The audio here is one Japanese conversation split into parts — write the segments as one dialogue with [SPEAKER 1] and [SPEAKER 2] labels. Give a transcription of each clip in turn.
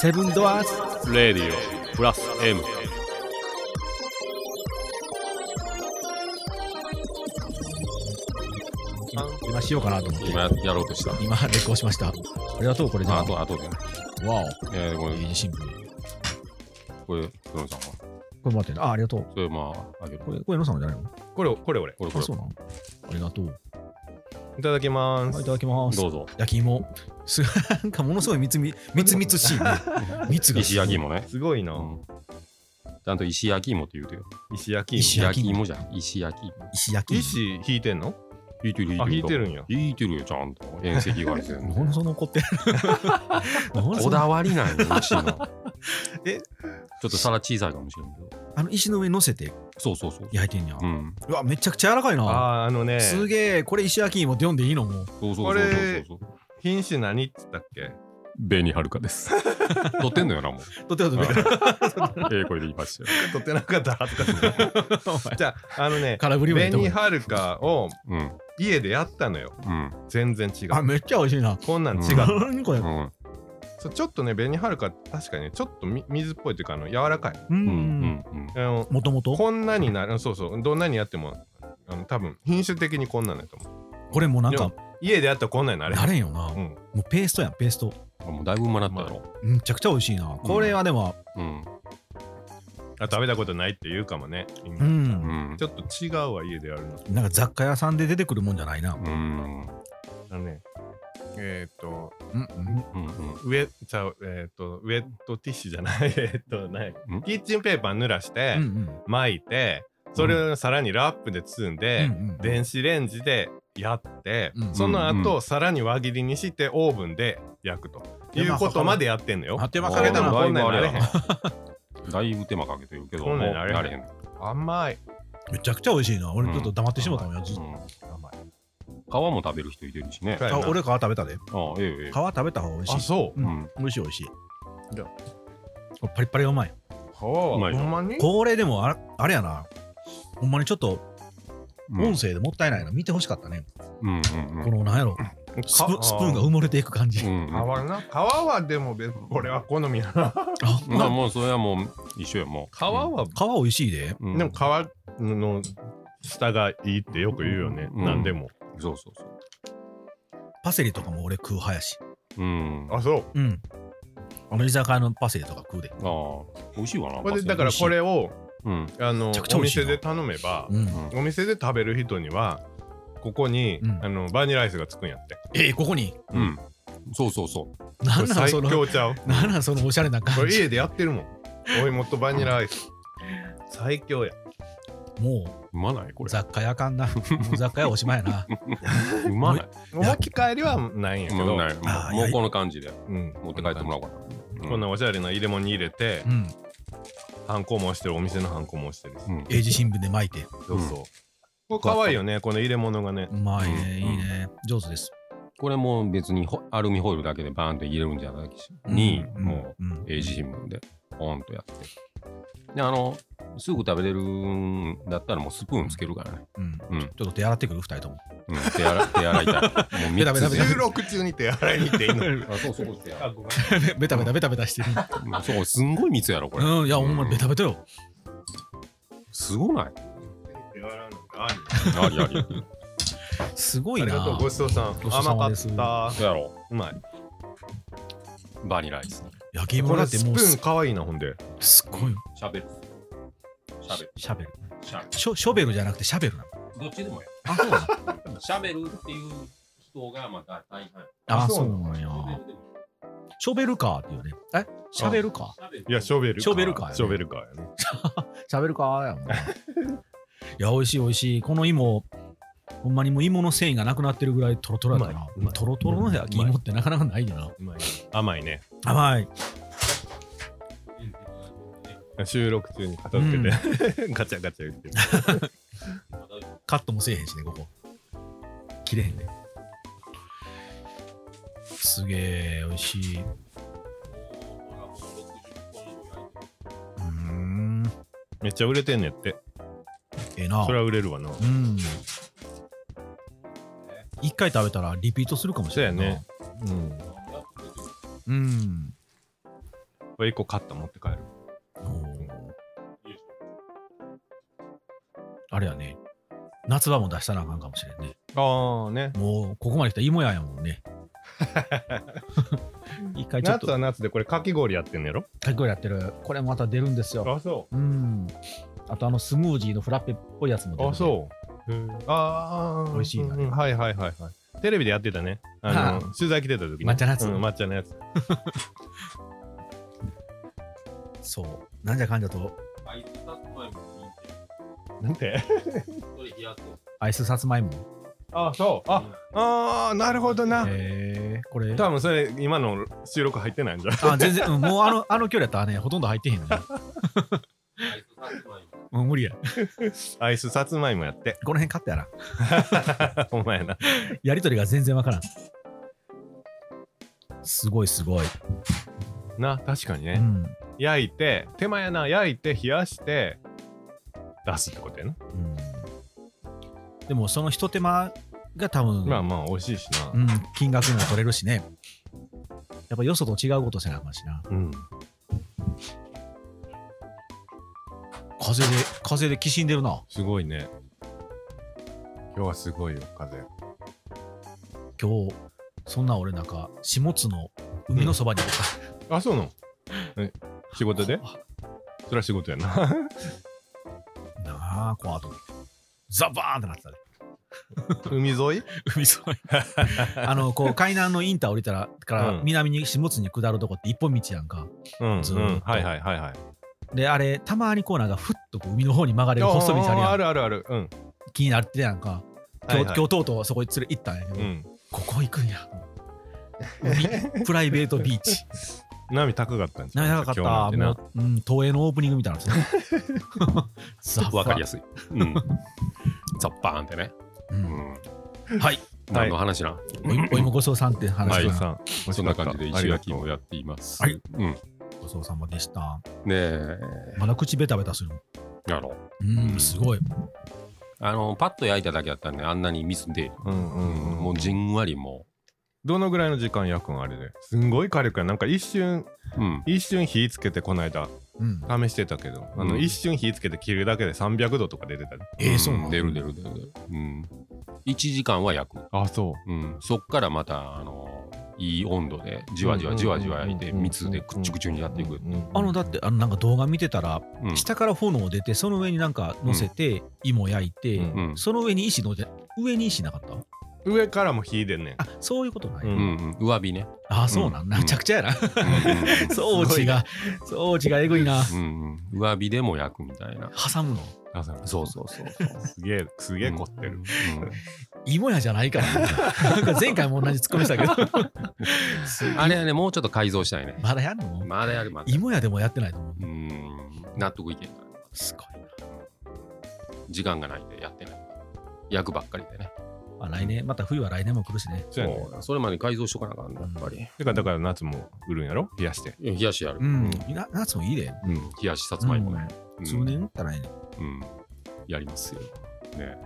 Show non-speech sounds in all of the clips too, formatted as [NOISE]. [SPEAKER 1] セブンドアーズ
[SPEAKER 2] レディオプラス M
[SPEAKER 1] 今しようかなと思って
[SPEAKER 2] 今ややろうとした
[SPEAKER 1] 今レコーしましたありがとうこれじゃ
[SPEAKER 2] あ
[SPEAKER 1] あ
[SPEAKER 2] あとあとで
[SPEAKER 1] わ
[SPEAKER 2] えー、こ
[SPEAKER 1] お
[SPEAKER 2] れ
[SPEAKER 1] いいシンプルこ
[SPEAKER 2] これ黒野さんは
[SPEAKER 1] れもらってねあありがとう
[SPEAKER 2] それまああげる
[SPEAKER 1] これこれのさんじゃないの
[SPEAKER 3] これ、これ俺。
[SPEAKER 2] これこ
[SPEAKER 1] あ
[SPEAKER 2] れ
[SPEAKER 1] そうなのありがとう
[SPEAKER 3] いただきま
[SPEAKER 1] はい
[SPEAKER 3] す
[SPEAKER 1] いた。だきます
[SPEAKER 2] どうぞ
[SPEAKER 1] 焼き芋すなんかものすごいみつみみつみつしいね
[SPEAKER 2] [LAUGHS]
[SPEAKER 1] 蜜が
[SPEAKER 2] 石焼き芋ね、
[SPEAKER 3] すごいな。
[SPEAKER 2] うんちゃんと石焼き芋って言うてよ
[SPEAKER 3] 石焼き芋。
[SPEAKER 1] 石焼き芋
[SPEAKER 2] じゃん石焼き芋
[SPEAKER 1] 石焼き
[SPEAKER 3] 石引いてんの
[SPEAKER 2] 引いてる
[SPEAKER 3] あ、引いて
[SPEAKER 2] る
[SPEAKER 3] るんや。
[SPEAKER 2] 引いてるよちゃんと遠赤外線
[SPEAKER 3] [LAUGHS]
[SPEAKER 1] 芋なんでそんな怒ってる
[SPEAKER 2] [LAUGHS]
[SPEAKER 1] なんでそ
[SPEAKER 2] こ
[SPEAKER 1] んな
[SPEAKER 2] だわり
[SPEAKER 3] [LAUGHS]
[SPEAKER 2] なんよ石の
[SPEAKER 1] え
[SPEAKER 2] ちょっと皿小さいかもしれんけど
[SPEAKER 1] あの石の上乗せて
[SPEAKER 2] そうそうそう
[SPEAKER 1] 焼いてんや
[SPEAKER 2] う、ん
[SPEAKER 1] うわめちゃくちゃ柔らかい
[SPEAKER 3] あ
[SPEAKER 1] な
[SPEAKER 3] あ、あのね、
[SPEAKER 1] すげえこれ石焼き芋って読んでいいのもう
[SPEAKER 2] そうそうそう
[SPEAKER 3] こ
[SPEAKER 2] そう
[SPEAKER 3] れ
[SPEAKER 2] そう
[SPEAKER 3] 品種何っつったっけ
[SPEAKER 2] 紅はるかです
[SPEAKER 3] [LAUGHS]
[SPEAKER 2] 撮ってんのよなも
[SPEAKER 1] と
[SPEAKER 2] う
[SPEAKER 1] て
[SPEAKER 2] [LAUGHS]
[SPEAKER 1] もと [LAUGHS] て
[SPEAKER 2] ええ声で言いましたよ
[SPEAKER 3] 取ってな
[SPEAKER 2] [LAUGHS]
[SPEAKER 3] かったら恥ずかしい。
[SPEAKER 1] も
[SPEAKER 3] じゃあ、あのね、
[SPEAKER 1] 空振りもいいと思
[SPEAKER 3] 紅
[SPEAKER 1] う
[SPEAKER 3] はるかを
[SPEAKER 2] うん
[SPEAKER 3] 家でやったのよ。
[SPEAKER 2] うん
[SPEAKER 3] 全然違
[SPEAKER 1] あ
[SPEAKER 3] う。
[SPEAKER 1] めっちゃ美味しいな
[SPEAKER 3] こんなん違う。
[SPEAKER 1] 何これ
[SPEAKER 2] うん
[SPEAKER 3] [LAUGHS] そうちょっとね、紅はるか、確かにね、ちょっとみ水っぽいというか、あの、柔らかい。
[SPEAKER 1] う
[SPEAKER 2] うんうんんうん
[SPEAKER 3] あの
[SPEAKER 1] もともと
[SPEAKER 3] こんなになる、そうそう、どんなにやっても、あの多分品種的にこんなんだと思う。
[SPEAKER 1] これもうなんか
[SPEAKER 3] で家でやったらこんなんなれへん
[SPEAKER 1] なれんよな、
[SPEAKER 3] う
[SPEAKER 1] も
[SPEAKER 3] ん。
[SPEAKER 1] うペーストやんペースト
[SPEAKER 2] あもうだいぶうまなったやろ
[SPEAKER 1] めちゃくちゃ美味しいなこれはでも
[SPEAKER 2] うん
[SPEAKER 3] あ食べたことないって言うかもね。みん
[SPEAKER 1] う、
[SPEAKER 3] なん
[SPEAKER 2] うん
[SPEAKER 3] ちょっと違うわ、家でやるの。
[SPEAKER 1] なんか雑貨屋さんで出てくるもんじゃないな、うん
[SPEAKER 2] うん
[SPEAKER 3] あのね、えっ、と、
[SPEAKER 1] うん、
[SPEAKER 2] うんうん
[SPEAKER 3] ウェちゃうえっ、と、ウェットティッシュじゃない、 [LAUGHS] えっと、ない
[SPEAKER 2] ん。
[SPEAKER 3] キッチンペーパー濡らして
[SPEAKER 1] う、ん
[SPEAKER 3] 巻いて、それをさらにラップで包ん
[SPEAKER 1] うんう
[SPEAKER 3] で、
[SPEAKER 1] ん
[SPEAKER 3] 電子レンジでやって、
[SPEAKER 1] うん
[SPEAKER 3] その
[SPEAKER 2] うん
[SPEAKER 3] 後、さらに輪切りにしてオーブンで焼くと。
[SPEAKER 1] 手
[SPEAKER 3] い
[SPEAKER 1] 間か
[SPEAKER 3] う
[SPEAKER 1] かる
[SPEAKER 3] ことまでやってんのよ。
[SPEAKER 1] あ手間
[SPEAKER 3] ま
[SPEAKER 1] か
[SPEAKER 3] か
[SPEAKER 1] け
[SPEAKER 3] れ
[SPEAKER 1] た
[SPEAKER 3] た
[SPEAKER 1] な
[SPEAKER 3] らこんなんなれへん。
[SPEAKER 2] だいぶ手間かけてるけど
[SPEAKER 3] こんなん
[SPEAKER 2] もう
[SPEAKER 3] なれへん
[SPEAKER 2] なれへん
[SPEAKER 3] 甘い。
[SPEAKER 1] めちゃくちゃ美味しいな俺ちょっと黙ってしまったもんや、ずっと
[SPEAKER 2] うん
[SPEAKER 3] 甘い。
[SPEAKER 2] 皮も食べる人いてるしね
[SPEAKER 3] そう
[SPEAKER 2] あ
[SPEAKER 3] やな
[SPEAKER 1] あ俺皮食べたで皮
[SPEAKER 2] あええええ
[SPEAKER 1] 食べた方が美味し
[SPEAKER 3] あ、
[SPEAKER 1] い
[SPEAKER 3] そう。
[SPEAKER 1] うん
[SPEAKER 2] うん
[SPEAKER 1] 美味しい美味しい
[SPEAKER 3] じゃ
[SPEAKER 1] パリッパリがうまい
[SPEAKER 3] 皮は
[SPEAKER 2] う
[SPEAKER 3] ほ
[SPEAKER 2] まいじゃん
[SPEAKER 3] んまに
[SPEAKER 1] これでもあれあれやなほんまにちょっと
[SPEAKER 2] うん
[SPEAKER 1] 音声でもったいないな見てほしかったね、
[SPEAKER 2] うんうんうん
[SPEAKER 1] このなんやろスプ
[SPEAKER 3] か
[SPEAKER 1] スプーンが埋もれていく感じ、
[SPEAKER 2] うん
[SPEAKER 3] 皮な皮はでも別俺は好みやな
[SPEAKER 1] あ
[SPEAKER 2] うんまあもうそれはもう一緒やもう
[SPEAKER 3] 皮は、
[SPEAKER 1] 皮美味しいで
[SPEAKER 2] うん
[SPEAKER 3] でも皮の下がいいってよく言うよね、
[SPEAKER 2] うん
[SPEAKER 3] 何でも
[SPEAKER 2] そうそうそ
[SPEAKER 1] パセリとかも俺食う派やし
[SPEAKER 2] ううんあ
[SPEAKER 3] あそう
[SPEAKER 1] うんあの居酒屋のパセリとか食うで
[SPEAKER 2] あ美味しいわな
[SPEAKER 3] こ
[SPEAKER 2] パ
[SPEAKER 3] れで
[SPEAKER 2] セリ
[SPEAKER 3] だからこれを
[SPEAKER 2] うん
[SPEAKER 3] あの
[SPEAKER 1] ちゃくちゃ
[SPEAKER 3] お
[SPEAKER 1] 美味しいな
[SPEAKER 3] 店で頼めば
[SPEAKER 1] う、ん、
[SPEAKER 2] ん
[SPEAKER 3] お店で食べる人にはここに、
[SPEAKER 1] うん
[SPEAKER 3] あのバニラアイスがつくんやって
[SPEAKER 1] えーここに
[SPEAKER 2] うんそうそうそう
[SPEAKER 1] なん
[SPEAKER 3] これ
[SPEAKER 1] なん
[SPEAKER 3] 最
[SPEAKER 1] その
[SPEAKER 3] 強ちゃう
[SPEAKER 1] なんなんそのおしゃれな
[SPEAKER 3] こ
[SPEAKER 1] 感
[SPEAKER 3] れ
[SPEAKER 1] じ
[SPEAKER 3] 家でやってるもんお芋とバニラアイス最強や
[SPEAKER 1] も
[SPEAKER 2] うまないうこれ
[SPEAKER 1] 雑貨屋あかんなもう雑貨屋おしまいやな
[SPEAKER 2] うまない
[SPEAKER 3] お持ち帰りはないんやけ
[SPEAKER 2] も
[SPEAKER 3] ど、
[SPEAKER 2] うない
[SPEAKER 1] あー
[SPEAKER 2] もうこの感じで
[SPEAKER 3] うん、
[SPEAKER 2] 持って帰ってもらおうかな
[SPEAKER 3] こんなおしゃれな入れ物に入れて
[SPEAKER 1] う、ん
[SPEAKER 3] ハンコも押してるお店のハンコも押してるし
[SPEAKER 2] うんうん
[SPEAKER 1] 英字新聞で巻いて
[SPEAKER 3] そうそう。これ可愛いよね、この入れ物がね。
[SPEAKER 1] うまいね、
[SPEAKER 2] うん
[SPEAKER 1] いいね上手です
[SPEAKER 2] これも別にホアルミホイルだけでバーンと入れるんじゃないし、に
[SPEAKER 1] うん
[SPEAKER 2] も
[SPEAKER 1] うん
[SPEAKER 2] う英字新聞でポンとやってであのすぐ食べれるんだったらもうスプーンつけるからね、
[SPEAKER 1] うん
[SPEAKER 2] うん
[SPEAKER 1] ちょっと手洗ってくる二人とも
[SPEAKER 2] うん、手洗手洗いたいもう
[SPEAKER 1] ベタベタベタ
[SPEAKER 3] 収録中に手洗いに行ってい
[SPEAKER 2] [LAUGHS]
[SPEAKER 3] いの
[SPEAKER 2] あそうそうです
[SPEAKER 3] あ
[SPEAKER 2] よ
[SPEAKER 3] ごめん
[SPEAKER 1] ベタベタベタベタしてる
[SPEAKER 2] そうすんごい密やろこれ、
[SPEAKER 1] うんいやほんまにベタベタよ
[SPEAKER 2] すごない
[SPEAKER 3] 手洗うのがある
[SPEAKER 2] ありありあり
[SPEAKER 1] すご
[SPEAKER 3] あ
[SPEAKER 1] い
[SPEAKER 3] り
[SPEAKER 1] な
[SPEAKER 3] がとう、ごちそうさ
[SPEAKER 1] ご。
[SPEAKER 3] ん
[SPEAKER 1] ちそうさ
[SPEAKER 3] 甘
[SPEAKER 1] ま
[SPEAKER 3] か
[SPEAKER 1] で
[SPEAKER 3] っ
[SPEAKER 1] す
[SPEAKER 3] た。
[SPEAKER 2] そうやろ
[SPEAKER 3] うまい。
[SPEAKER 2] バニラアイス
[SPEAKER 1] 焼き芋
[SPEAKER 3] こ
[SPEAKER 1] だ
[SPEAKER 3] れ
[SPEAKER 1] って
[SPEAKER 3] スプ
[SPEAKER 1] もう
[SPEAKER 3] ーン
[SPEAKER 1] す
[SPEAKER 3] 可愛いな、ほんで。
[SPEAKER 1] すっごい
[SPEAKER 2] しゃべるしゃべる
[SPEAKER 1] しゃべる
[SPEAKER 2] しゃべる
[SPEAKER 1] ショショベルじゃなくてシャベルなの
[SPEAKER 2] どっちでもや
[SPEAKER 1] あそうなの
[SPEAKER 2] しゃべるっていう人がまた大半
[SPEAKER 1] あ
[SPEAKER 3] あ
[SPEAKER 1] そ
[SPEAKER 3] そうう
[SPEAKER 1] なんやショベルカーっていうねえシャベルカ
[SPEAKER 3] いや、ショベルカー。
[SPEAKER 1] ショベルカーやね
[SPEAKER 3] ショベルカーやね。
[SPEAKER 1] ーシャベルカーやもん [LAUGHS] いや美味しい美味しいこの芋ほんまにもう芋の繊維がなくなってるぐらいトロトロやから
[SPEAKER 3] うまいうまい
[SPEAKER 1] トロトロの焼き
[SPEAKER 3] う
[SPEAKER 1] 芋
[SPEAKER 3] ま
[SPEAKER 1] ってなかなかないよな
[SPEAKER 3] うまい。甘いね。
[SPEAKER 1] 甘い
[SPEAKER 3] 収録中に片付けて、 [LAUGHS] ガチャガチャ言ってる。
[SPEAKER 1] カットもせえへんしねここ切れへんねすげえ美味しいうーん
[SPEAKER 3] めっちゃ売れてんねって。
[SPEAKER 1] ええな
[SPEAKER 3] それは売れるわな。
[SPEAKER 1] うん一回食べたらリピートするかもしれないな
[SPEAKER 3] そうやねう
[SPEAKER 1] う
[SPEAKER 3] ん。
[SPEAKER 1] ん
[SPEAKER 3] れ1個買った持って帰る。
[SPEAKER 1] あれやね、夏場も出したらあかんかもしれんね。
[SPEAKER 3] ああね。
[SPEAKER 1] もうここまで来たら芋ややもん
[SPEAKER 3] [LAUGHS]
[SPEAKER 1] ね。一回ちょっ
[SPEAKER 3] 夏
[SPEAKER 1] と
[SPEAKER 3] は夏でこれかき氷やってんのやろ
[SPEAKER 1] かき氷やってる。これまた出るんですよ。
[SPEAKER 3] あそ
[SPEAKER 1] うん。あとあのスムージーのフラッペっぽいやつも出る、
[SPEAKER 3] あそう。へーああ。
[SPEAKER 1] 美味しいな
[SPEAKER 3] うんうんはいはいはいはい。テレビでやってたね。
[SPEAKER 1] [LAUGHS]
[SPEAKER 3] あの取材来てた時に。
[SPEAKER 1] 抹茶のやつ
[SPEAKER 3] うん抹茶のやつ。
[SPEAKER 1] そう。なんじゃかんじゃと
[SPEAKER 2] あいつさつまいもいいって
[SPEAKER 3] なんて
[SPEAKER 2] それ冷やす
[SPEAKER 1] アイスさつまいも。
[SPEAKER 3] あそう。ああーなるほどな。
[SPEAKER 1] へえこれ。
[SPEAKER 3] 多分それ今の収録入ってないんじゃ [LAUGHS] ん。
[SPEAKER 1] あ全然、うんもうあのあの距離やったらね、ほとんど入ってへんよ
[SPEAKER 3] [LAUGHS]
[SPEAKER 1] ね。
[SPEAKER 2] アイスさつまいも
[SPEAKER 1] もう無理や。
[SPEAKER 3] アイスさつまいもやって。 [LAUGHS]
[SPEAKER 1] この辺カットやな。
[SPEAKER 3] お前な。
[SPEAKER 1] やりとりが全然わからん。すごいすごい。
[SPEAKER 3] な確か
[SPEAKER 1] う
[SPEAKER 3] にね。
[SPEAKER 1] ん。
[SPEAKER 3] 焼いて手間やな焼いて冷やして出すってことやな。
[SPEAKER 1] うんでもそのひと手間が多分、
[SPEAKER 3] まあまあ美味しいしな
[SPEAKER 1] う。ん、金額にも取れるしねやっぱよそと違うことせなあかんしな
[SPEAKER 3] うん。
[SPEAKER 1] 風で風できしんでるな
[SPEAKER 3] すごいね。今日はすごいよ風。
[SPEAKER 1] 今日そんな俺なんか下津の海のそばにいた、
[SPEAKER 3] あ、そうなのえ仕事でそれは仕事やな。 [LAUGHS]
[SPEAKER 1] なあこの後ザバーンってなってたで
[SPEAKER 3] 海沿い
[SPEAKER 1] 海沿いあのこう海南のインター降りたらから
[SPEAKER 3] うん
[SPEAKER 1] 南に下津に下るとこって一本道やんか
[SPEAKER 3] うん、
[SPEAKER 1] ずーっと
[SPEAKER 3] はいはいはいはい。
[SPEAKER 1] であれたまにこうなんかふっとこう海の方に曲がれる細い道ある
[SPEAKER 3] あ
[SPEAKER 1] や
[SPEAKER 3] あ
[SPEAKER 1] ん
[SPEAKER 3] るあるある。うん。
[SPEAKER 1] 気になってたやんか
[SPEAKER 3] は
[SPEAKER 1] 今
[SPEAKER 3] い
[SPEAKER 1] 日
[SPEAKER 3] はい
[SPEAKER 1] 今日とうとうそこに連れ行ったんやけど、
[SPEAKER 3] うん。
[SPEAKER 1] ここ行くんや。海プライベートビーチ。
[SPEAKER 3] 波高かったんじゃん。 [LAUGHS]
[SPEAKER 1] 長かっ
[SPEAKER 3] 今日なん
[SPEAKER 1] た。
[SPEAKER 3] て
[SPEAKER 1] も
[SPEAKER 3] な
[SPEAKER 1] う、うん、東映のオープニングみたいなんですね。
[SPEAKER 2] わかりや
[SPEAKER 1] す
[SPEAKER 2] すい。うん。ザッパーンってね。
[SPEAKER 1] い。う
[SPEAKER 2] うんん。
[SPEAKER 1] はい。
[SPEAKER 2] 何の話なん
[SPEAKER 1] おいお芋ごちそうさんって
[SPEAKER 3] は
[SPEAKER 1] 話
[SPEAKER 3] い、
[SPEAKER 1] が、
[SPEAKER 3] さん。美味
[SPEAKER 2] そ
[SPEAKER 3] し
[SPEAKER 2] ん
[SPEAKER 3] かっ
[SPEAKER 2] な
[SPEAKER 3] た
[SPEAKER 2] 感じで石垣もやっています。
[SPEAKER 1] はい。
[SPEAKER 2] うん。ね
[SPEAKER 1] ごちそうさまでした。
[SPEAKER 2] え、
[SPEAKER 1] まだ口ベタベタするの。
[SPEAKER 2] あの、
[SPEAKER 1] うん、すごい。
[SPEAKER 2] あのパッと焼いただけやったんで、あんなにミスで、
[SPEAKER 3] うんう
[SPEAKER 2] うん
[SPEAKER 3] んうん。
[SPEAKER 2] もうじんわりも
[SPEAKER 3] どのぐらいの時間焼くんあれで。すんごい火力や。なんか一瞬、
[SPEAKER 2] う、うん。
[SPEAKER 3] 一瞬火つけてこないだ
[SPEAKER 1] うん。
[SPEAKER 3] 試してたけど、あの、
[SPEAKER 2] うん
[SPEAKER 3] 一瞬火つけて切るだけで300度とか出てたで。
[SPEAKER 1] えー、そうなの
[SPEAKER 2] 出る出る出る出る。うん。1時間は焼く。
[SPEAKER 3] あ、そ
[SPEAKER 2] うん。そっからまた、あの、いい温度で、じわじわじわじわ焼いて、蜜でくっちゅくちゅにやっていく。。
[SPEAKER 1] あのだってあのなんか動画見てたら
[SPEAKER 2] うん。
[SPEAKER 1] 下から炎出てその上になんか乗せて芋焼いて、
[SPEAKER 3] うん
[SPEAKER 2] うん。
[SPEAKER 1] その上に石乗せて上に石なかった
[SPEAKER 3] 上からも火でんねん。
[SPEAKER 1] あそういうことない、
[SPEAKER 3] うん
[SPEAKER 2] うんうん。上火ね。
[SPEAKER 1] あそうなんだ、
[SPEAKER 2] うん
[SPEAKER 1] めちゃくちゃやな [LAUGHS]
[SPEAKER 2] うん
[SPEAKER 1] 装置が、装置がえぐいな。
[SPEAKER 2] うんうんうん。上火でも焼くみたいな。
[SPEAKER 1] 挟むの。
[SPEAKER 3] あそう
[SPEAKER 2] そうそうそう。
[SPEAKER 3] すげえ、すげえ凝ってる。
[SPEAKER 2] うん
[SPEAKER 1] 芋屋じゃないから、ね。なんか前回も同じツッコミしたけど。 [LAUGHS]
[SPEAKER 2] あれはね、もうちょっと改造したいね。
[SPEAKER 1] まだやんの
[SPEAKER 2] まだやります。
[SPEAKER 1] 芋屋でもやってないと思う
[SPEAKER 2] う。ーん、納得いけんから。
[SPEAKER 1] すごい
[SPEAKER 2] 時間がないんでやってない。役ばっかりでね。
[SPEAKER 1] な。まあ来年、また冬は来年も来るしね。
[SPEAKER 3] そうやね。
[SPEAKER 2] それまで改造しとかなあかんねやっぱり。
[SPEAKER 3] てか、だから夏も売るんやろ冷やして。
[SPEAKER 2] 冷やしやる。
[SPEAKER 1] うん。な夏もいいで。
[SPEAKER 2] うん冷やしさつまいもね。
[SPEAKER 1] うん。
[SPEAKER 2] うん
[SPEAKER 1] 通年ったらね。
[SPEAKER 2] うん。やりますよ。ね。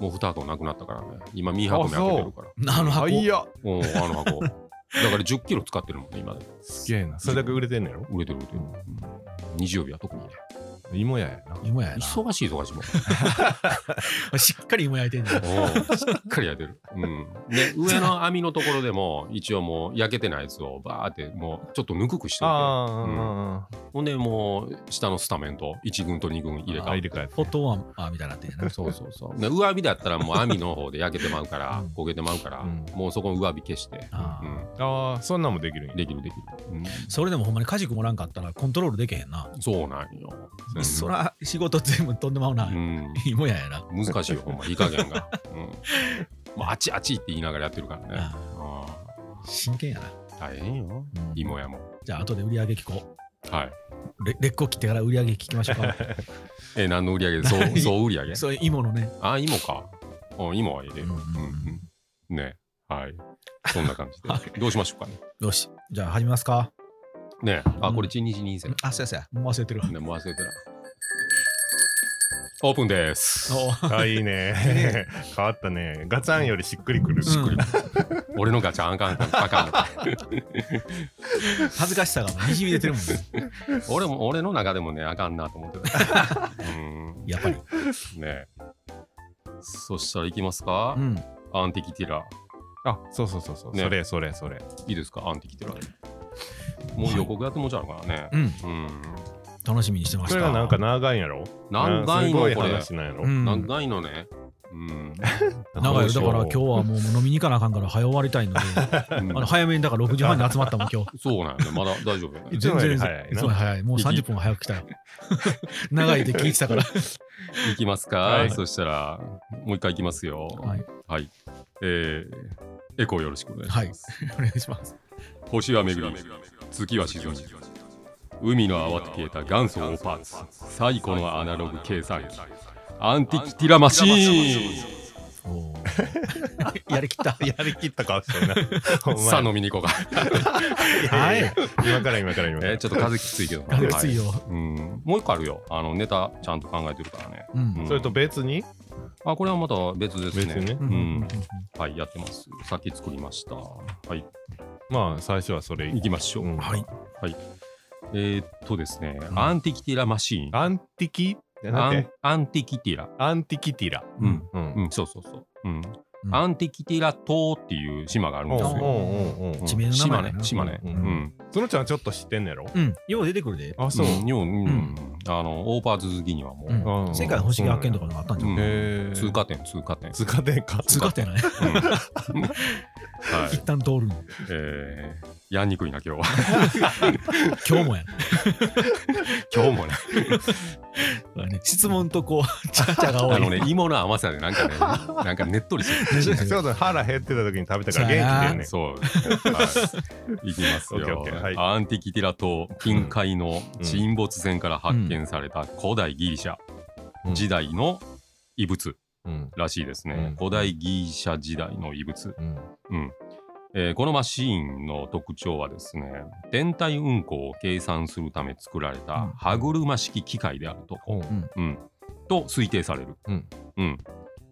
[SPEAKER 2] もう二箱なくなったからね。今、ミーハー箱も開けてるから。
[SPEAKER 1] あの箱。
[SPEAKER 3] あいや
[SPEAKER 2] おーあの箱。だから10キロ使ってるもんね、今で。
[SPEAKER 3] すげえな。それだけ売れてんのやろ
[SPEAKER 2] 売れてる売れてる。うん日曜日は特にね。
[SPEAKER 3] 芋屋やな。
[SPEAKER 1] 芋屋やな。
[SPEAKER 2] 忙しい忙しいもん。
[SPEAKER 1] [LAUGHS] しっかり芋焼いてんじゃん。
[SPEAKER 2] おーしっかり焼いてる。うん。で、上の網のところでも、一応もう焼けてないやつをバーって、もうちょっとぬくくしておいて
[SPEAKER 3] あ
[SPEAKER 2] ほんでもう下のスタメンと1軍と2軍入れ
[SPEAKER 3] あ
[SPEAKER 2] 替
[SPEAKER 3] 入
[SPEAKER 2] え
[SPEAKER 3] れ
[SPEAKER 2] て
[SPEAKER 3] 替え
[SPEAKER 1] フォトワンパーみたいになってんやな。
[SPEAKER 2] そうそうそうで上火だったらもう網の方で焼けてまうから
[SPEAKER 1] うん
[SPEAKER 2] 焦げてまうから、
[SPEAKER 3] うん
[SPEAKER 2] もうそこ上火消して、
[SPEAKER 1] あー
[SPEAKER 2] う
[SPEAKER 3] ああ、そんなんもできるんや
[SPEAKER 2] ん、。できるできる、うん
[SPEAKER 1] それでもほんまに家事もらんかったらコントロールできへんな。
[SPEAKER 2] そうなんよ、
[SPEAKER 3] うん
[SPEAKER 1] そら仕事全部飛んでまうな
[SPEAKER 2] う。ん、
[SPEAKER 1] 芋屋やな。
[SPEAKER 2] 難しいよほんまいい加減が、うん、もうあちあちって言いながらやってるからね
[SPEAKER 1] あ
[SPEAKER 2] あ
[SPEAKER 1] ー真剣やな。
[SPEAKER 2] ー大変よ
[SPEAKER 1] うん
[SPEAKER 2] 芋屋も
[SPEAKER 1] じゃあ後で売り上げ聞こう。
[SPEAKER 2] はい
[SPEAKER 1] レレッコ切ってから売り上げ聞きましょう
[SPEAKER 3] [LAUGHS]
[SPEAKER 1] か。
[SPEAKER 2] え何の売り上
[SPEAKER 1] [LAUGHS]
[SPEAKER 2] げそうそう売り上げ
[SPEAKER 1] そういう芋のね。
[SPEAKER 2] あ芋かうん芋はいいで、
[SPEAKER 1] う
[SPEAKER 2] うんん
[SPEAKER 1] う
[SPEAKER 2] うんん
[SPEAKER 1] うん
[SPEAKER 2] ねはいそんな感じで、
[SPEAKER 1] [LAUGHS] は
[SPEAKER 2] どうしましょうかね
[SPEAKER 1] よし、じゃあ始めますか。
[SPEAKER 2] ねあ、
[SPEAKER 1] うん
[SPEAKER 2] これ1日2世。
[SPEAKER 3] [LAUGHS]
[SPEAKER 1] あ、そうやそうや。もう忘れてるわ。
[SPEAKER 2] でも忘れてない。オープンです。
[SPEAKER 3] あいいね変わったねガチャンよりしっくりくる、
[SPEAKER 1] しっくり
[SPEAKER 2] 俺のガチャンあかんあかん
[SPEAKER 1] [LAUGHS]
[SPEAKER 2] あかんのか。
[SPEAKER 1] 恥ずかしさがにじみ出てる
[SPEAKER 3] [LAUGHS]
[SPEAKER 1] もんね。
[SPEAKER 2] 俺も俺の中でもねあかんなと思って
[SPEAKER 1] [LAUGHS]
[SPEAKER 2] た。うん
[SPEAKER 1] やっぱり。
[SPEAKER 2] ね。そしたら行きますか
[SPEAKER 1] う。ん。
[SPEAKER 2] アンティキティラ。
[SPEAKER 3] あそうそうそうそう、
[SPEAKER 2] ね
[SPEAKER 3] それそれそれ
[SPEAKER 2] いいですかアンティキティラ。もう予告やってもうちゃうからね。
[SPEAKER 1] うん。
[SPEAKER 2] うん。
[SPEAKER 1] 楽しみにしてまし
[SPEAKER 3] そ
[SPEAKER 1] た。
[SPEAKER 3] れがなんか長いんやろ
[SPEAKER 2] 何回の
[SPEAKER 3] なす
[SPEAKER 2] こ
[SPEAKER 3] ごい
[SPEAKER 2] れ。
[SPEAKER 3] 話なんやろ、
[SPEAKER 1] うん
[SPEAKER 2] 長いのね。うん。
[SPEAKER 1] 長いよ
[SPEAKER 2] どうし
[SPEAKER 1] だ
[SPEAKER 2] よう
[SPEAKER 1] から今日はもうもう飲みに行かなあかんから早終わりた
[SPEAKER 3] [LAUGHS]
[SPEAKER 1] いのであの早めにだから6時半に集まったもん今日
[SPEAKER 2] [LAUGHS] そうなんやね。まだ大丈夫や [LAUGHS] ね。
[SPEAKER 3] いつもより早い
[SPEAKER 1] 全
[SPEAKER 3] な
[SPEAKER 1] そう早いもう30分早く来たよ
[SPEAKER 3] [LAUGHS]
[SPEAKER 1] 長いって聞いてたから、 [LAUGHS]
[SPEAKER 2] いきますか、
[SPEAKER 3] はい
[SPEAKER 2] そしたら、もう一回いきますよ。は。
[SPEAKER 1] はいい、
[SPEAKER 2] えーエコーよろしくお願いします。
[SPEAKER 1] お願いします
[SPEAKER 2] 星は巡り、月は沈み。海の泡と消えた元祖オーパーツ、最古のアナログ計算機、アンティキティラマシー
[SPEAKER 1] おーやりきった
[SPEAKER 3] やりきった顔してるなほん
[SPEAKER 2] ン
[SPEAKER 3] まや
[SPEAKER 2] さあ飲みに
[SPEAKER 3] [LAUGHS]
[SPEAKER 2] 行こうか。
[SPEAKER 1] はい
[SPEAKER 3] 今から今から今から、
[SPEAKER 2] えーちょっと風きついけどな。
[SPEAKER 1] 風きついよ
[SPEAKER 2] はうん。もう一個あるよ。あの、ネタちゃんと考えてるからね。
[SPEAKER 1] うん
[SPEAKER 2] うん
[SPEAKER 3] それと別に
[SPEAKER 2] あ、これはまた別ですね。
[SPEAKER 3] 別ね
[SPEAKER 1] う
[SPEAKER 2] うん
[SPEAKER 1] うんうん
[SPEAKER 2] ん。はい、やってます。さっき作りました。はい。
[SPEAKER 3] まあ最初はそれ
[SPEAKER 2] 行きましょう。
[SPEAKER 3] うん
[SPEAKER 1] はい
[SPEAKER 2] えーっとですね、
[SPEAKER 1] うん
[SPEAKER 2] アンティキティラマシーン。
[SPEAKER 3] アンティキな
[SPEAKER 2] ア
[SPEAKER 3] んて
[SPEAKER 2] ンアンティキティラ。
[SPEAKER 3] アンティキティラ
[SPEAKER 2] うん。
[SPEAKER 3] うん
[SPEAKER 2] うん、そうそうそう。うん。
[SPEAKER 1] うん
[SPEAKER 2] アンティキティラ島っていう島があるん
[SPEAKER 3] お
[SPEAKER 2] で
[SPEAKER 3] う
[SPEAKER 2] す
[SPEAKER 3] おう
[SPEAKER 2] よ。
[SPEAKER 3] おうおう
[SPEAKER 1] 地名の名前だな
[SPEAKER 2] 島ね、島ね。
[SPEAKER 3] う
[SPEAKER 2] うんん。
[SPEAKER 1] うん
[SPEAKER 3] そのちゃんはちょっと知ってんねやろ
[SPEAKER 1] うんよう出てくるで
[SPEAKER 3] あ
[SPEAKER 2] そう、日本、うんあの、オーパーズ好きにはもう、
[SPEAKER 1] うん
[SPEAKER 3] うん
[SPEAKER 1] 世界星が発見とかのがあったんじゃん、
[SPEAKER 2] うん
[SPEAKER 3] へえ
[SPEAKER 2] 通過点、通過点。
[SPEAKER 3] 通過点か
[SPEAKER 1] 通過点だね
[SPEAKER 2] うんはい。
[SPEAKER 1] 一旦通るの
[SPEAKER 2] えー、やんにくいな、今日は。
[SPEAKER 1] 今日もや
[SPEAKER 2] 今日もね。
[SPEAKER 1] そうだね質問とこうチャチャが多い
[SPEAKER 2] あのね、芋の甘さでなんかね、なんかねっとりして
[SPEAKER 3] [LAUGHS] そうそう腹減ってた時に食べたから元気で [LAUGHS]
[SPEAKER 2] る。
[SPEAKER 3] ね
[SPEAKER 2] そうですね。はい。いきます
[SPEAKER 3] オッケー
[SPEAKER 2] よ
[SPEAKER 3] オッケーはい。
[SPEAKER 2] アンティキティラ島近海の沈没船から発見された古代ギリシャ
[SPEAKER 3] うん
[SPEAKER 2] 時代の遺物
[SPEAKER 3] うん
[SPEAKER 2] らしいです
[SPEAKER 3] うん
[SPEAKER 2] ね。古代ギリシャ時代の遺物。
[SPEAKER 3] うん
[SPEAKER 2] うん。えーこのマシーンの特徴はですね、天体運行を計算するため作られた歯車式機械であると。
[SPEAKER 3] おう
[SPEAKER 2] うん、と推定される、
[SPEAKER 3] うん
[SPEAKER 2] うん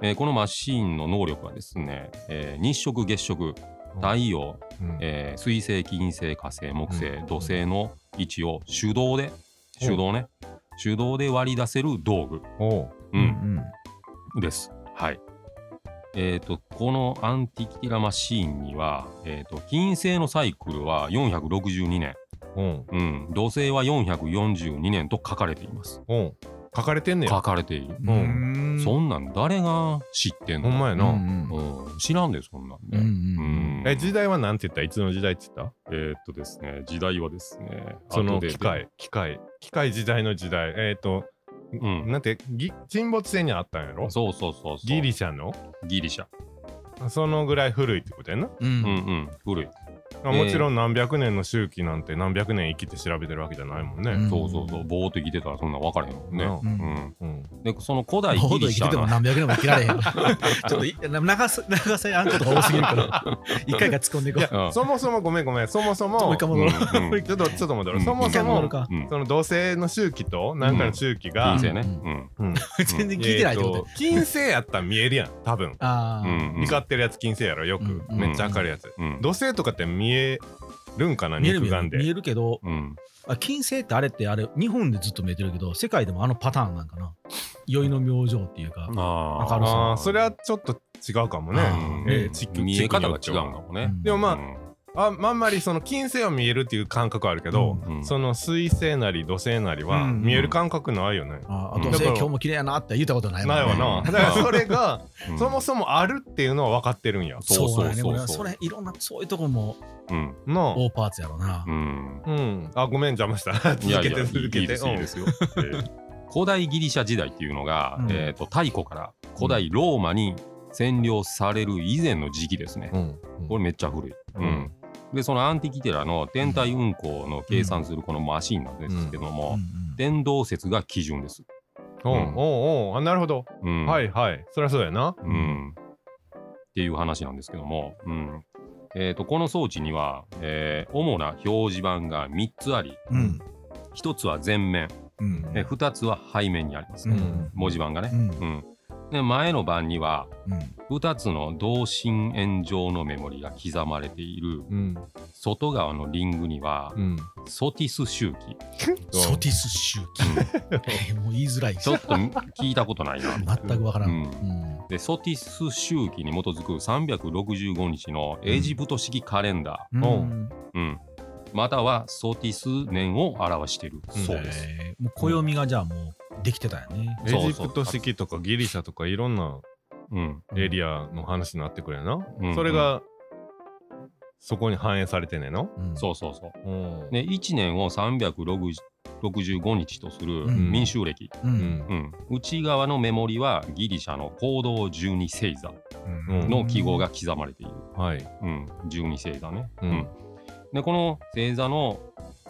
[SPEAKER 2] えーこのマシーンの能力はですね、えー日食月食太陽、
[SPEAKER 3] うん
[SPEAKER 2] えー水星金星火星木星、
[SPEAKER 3] うん
[SPEAKER 2] 土星の位置を手動で手動ね手動で割り出せる道具、
[SPEAKER 3] おう
[SPEAKER 2] う
[SPEAKER 1] うんん
[SPEAKER 2] です。はいえー、とこのアンティキティラマシーンには、えー、と金星のサイクルは462年、
[SPEAKER 3] うん
[SPEAKER 2] うん、土星は442年と書かれています。
[SPEAKER 3] おう書かれてんねや
[SPEAKER 2] 書かれている。
[SPEAKER 1] うんうん
[SPEAKER 2] そんなん誰が知ってん
[SPEAKER 3] ほ
[SPEAKER 2] の
[SPEAKER 3] んまや
[SPEAKER 1] う
[SPEAKER 3] な、
[SPEAKER 1] んうん
[SPEAKER 2] うん、知らんでそんなん
[SPEAKER 1] う
[SPEAKER 2] で。
[SPEAKER 1] ん
[SPEAKER 2] うん
[SPEAKER 3] え時代はなんて言ったいつの時代って言った
[SPEAKER 2] えーっとですね、時代はですね、
[SPEAKER 3] その
[SPEAKER 2] 後で
[SPEAKER 3] 機械、機械、機械時代の時代、えっ、と、
[SPEAKER 2] うん
[SPEAKER 3] なんて、ぎ沈没船にあったんやろ
[SPEAKER 2] そうそうそうそう。
[SPEAKER 3] ギリシャの
[SPEAKER 2] ギリシャ。
[SPEAKER 3] そのぐらい古いってことやな。
[SPEAKER 1] うん
[SPEAKER 2] うんうん、古い。
[SPEAKER 3] まあもちろん何百年の周期なんて何百年生きて調べてるわけじゃないもん
[SPEAKER 1] う
[SPEAKER 3] ね。
[SPEAKER 1] ん
[SPEAKER 2] そうそうそう、ぼーっと生きてたらそんなん分からへんもんね。
[SPEAKER 3] な
[SPEAKER 1] うん
[SPEAKER 2] う
[SPEAKER 3] うん
[SPEAKER 2] ん、で、その古代
[SPEAKER 1] ほど
[SPEAKER 2] ギ
[SPEAKER 1] 生
[SPEAKER 2] リシ
[SPEAKER 1] き
[SPEAKER 2] ャ
[SPEAKER 1] てても
[SPEAKER 2] の
[SPEAKER 1] 何百年も生きられへん。ちょっとい長さ長さやあんことが多すぎるから、一回が突っ込んでいこ。
[SPEAKER 3] いう
[SPEAKER 2] う
[SPEAKER 3] や、
[SPEAKER 2] ん
[SPEAKER 3] そもそもごめんごめん、そもそ
[SPEAKER 1] もう
[SPEAKER 3] も
[SPEAKER 1] 一、回
[SPEAKER 2] う
[SPEAKER 1] 戻ろう。
[SPEAKER 2] んうん
[SPEAKER 3] ちょっとちょっと戻 [LAUGHS] ろう。
[SPEAKER 2] うん
[SPEAKER 3] そも
[SPEAKER 1] 一
[SPEAKER 3] そ
[SPEAKER 1] 回戻
[SPEAKER 3] も
[SPEAKER 1] る、か。
[SPEAKER 2] うん
[SPEAKER 3] その土星の周期と何かの周期が、
[SPEAKER 2] 人
[SPEAKER 1] うん
[SPEAKER 2] 生ね。うん
[SPEAKER 3] うん
[SPEAKER 1] 全然聞いてないってこと
[SPEAKER 3] えー金星やったら見えるやん、多分。
[SPEAKER 1] あ
[SPEAKER 2] う
[SPEAKER 1] あ。
[SPEAKER 2] んうん
[SPEAKER 3] 光ってるやつ金星やろ、よく。
[SPEAKER 1] うん
[SPEAKER 3] めっちゃ明るいやつ。
[SPEAKER 2] うん
[SPEAKER 3] 土星とかって見えるんかな、
[SPEAKER 1] 見える見
[SPEAKER 3] 肉
[SPEAKER 1] え
[SPEAKER 3] 眼
[SPEAKER 1] る
[SPEAKER 3] で。
[SPEAKER 1] 見えるけど、
[SPEAKER 2] うん
[SPEAKER 1] あ金星ってあれってあれ、日本でずっと見えてるけど、世界でもあのパターンなんかな。宵の明星っていうか。
[SPEAKER 2] あ
[SPEAKER 1] 明るさ
[SPEAKER 3] ああ、それはちょっと違うかもね。
[SPEAKER 1] あー
[SPEAKER 3] え
[SPEAKER 2] ね
[SPEAKER 3] ー地、区
[SPEAKER 2] 見え方が
[SPEAKER 3] 地
[SPEAKER 2] 違
[SPEAKER 3] 区
[SPEAKER 2] う
[SPEAKER 3] に
[SPEAKER 2] んだ
[SPEAKER 3] よっては
[SPEAKER 2] もんね。
[SPEAKER 3] でもまあ
[SPEAKER 2] うん
[SPEAKER 3] あまあんまりその金星は見えるっていう感覚はあるけど、
[SPEAKER 2] うん
[SPEAKER 3] その水星なり土星なりは
[SPEAKER 1] うん
[SPEAKER 3] 見える感覚ないよね。
[SPEAKER 1] あああと、
[SPEAKER 2] うん
[SPEAKER 1] どうせ
[SPEAKER 3] だか
[SPEAKER 1] 今
[SPEAKER 3] ら
[SPEAKER 1] 日も綺麗やなって言ったことないもん
[SPEAKER 3] ない
[SPEAKER 1] ね
[SPEAKER 3] わ
[SPEAKER 2] う
[SPEAKER 3] な。
[SPEAKER 2] ん
[SPEAKER 3] だからそれが、
[SPEAKER 2] うん
[SPEAKER 3] そもそもあるっていうのは分かってるんや。
[SPEAKER 1] [LAUGHS] そうそう
[SPEAKER 2] そうそうそう
[SPEAKER 1] そう。それ、いろんな、そういうとこも
[SPEAKER 2] うん
[SPEAKER 3] の
[SPEAKER 1] 大パーツやろうな
[SPEAKER 2] う。ん
[SPEAKER 3] うん。あ、ごめん、邪魔した。続
[SPEAKER 2] いやい
[SPEAKER 3] け
[SPEAKER 2] や
[SPEAKER 3] て、続
[SPEAKER 2] い
[SPEAKER 3] け
[SPEAKER 2] いで
[SPEAKER 3] て。
[SPEAKER 2] すいいですよ。えー古代ギリシャ時代っていうのが、
[SPEAKER 1] うん
[SPEAKER 2] えー、と太古から古代ローマに占領される以前の時期ですね。
[SPEAKER 3] うん。
[SPEAKER 2] これ
[SPEAKER 3] れ、
[SPEAKER 2] めっちゃ古い。
[SPEAKER 3] うん
[SPEAKER 2] うんでそのアンティキテラの天体運行の計算するこのマシンなんですけど
[SPEAKER 1] う
[SPEAKER 2] も、
[SPEAKER 1] んうん
[SPEAKER 2] 電動説が基準です。
[SPEAKER 3] うん、おうおうあ、なるほど。
[SPEAKER 2] うん
[SPEAKER 3] はいはい。そりゃそうやな。
[SPEAKER 2] うん、っていう話なんですけども、うんえー、とこの装置には、えー主な表示板が3つあり
[SPEAKER 1] うん
[SPEAKER 2] 1つは前面
[SPEAKER 1] うん
[SPEAKER 2] で2つは背面にあります
[SPEAKER 1] う
[SPEAKER 2] ね、
[SPEAKER 1] ん
[SPEAKER 2] 文字盤が
[SPEAKER 1] う
[SPEAKER 2] ね、
[SPEAKER 1] ん
[SPEAKER 2] うんで前の盤には
[SPEAKER 1] うん
[SPEAKER 2] 2つの同心円状のメモリが刻まれている
[SPEAKER 3] うん
[SPEAKER 2] 外側のリングには
[SPEAKER 3] うん
[SPEAKER 2] ソティス周期、
[SPEAKER 1] ソティス周期 [LAUGHS] もう言いづらい
[SPEAKER 2] ちょっと聞いたことないなみたいな
[SPEAKER 1] [LAUGHS] 全くわからん、
[SPEAKER 2] うん
[SPEAKER 1] うん
[SPEAKER 2] でソティス周期に基づく365日のエジプト式カレンダー、
[SPEAKER 1] うん
[SPEAKER 2] うんまたはソティス年を表しているそうです。
[SPEAKER 1] えーもう暦がじゃあもうできてたよね。
[SPEAKER 3] エジプト式とかギリシャとかいろんな
[SPEAKER 2] うん
[SPEAKER 3] エリアの話になってくるやな、
[SPEAKER 2] うん
[SPEAKER 3] それがそこに反映されてんねえの、
[SPEAKER 1] うん
[SPEAKER 2] そうそうそう。
[SPEAKER 3] うん
[SPEAKER 2] で1年を365日とする
[SPEAKER 1] うん
[SPEAKER 2] 民衆歴、
[SPEAKER 1] う
[SPEAKER 3] うんん
[SPEAKER 2] うん内側のメモリはギリシャの行動十二星座
[SPEAKER 3] うん
[SPEAKER 2] の記号が刻まれている、
[SPEAKER 3] はい
[SPEAKER 2] うん、十二星座ね、
[SPEAKER 3] うん
[SPEAKER 2] でこの星座の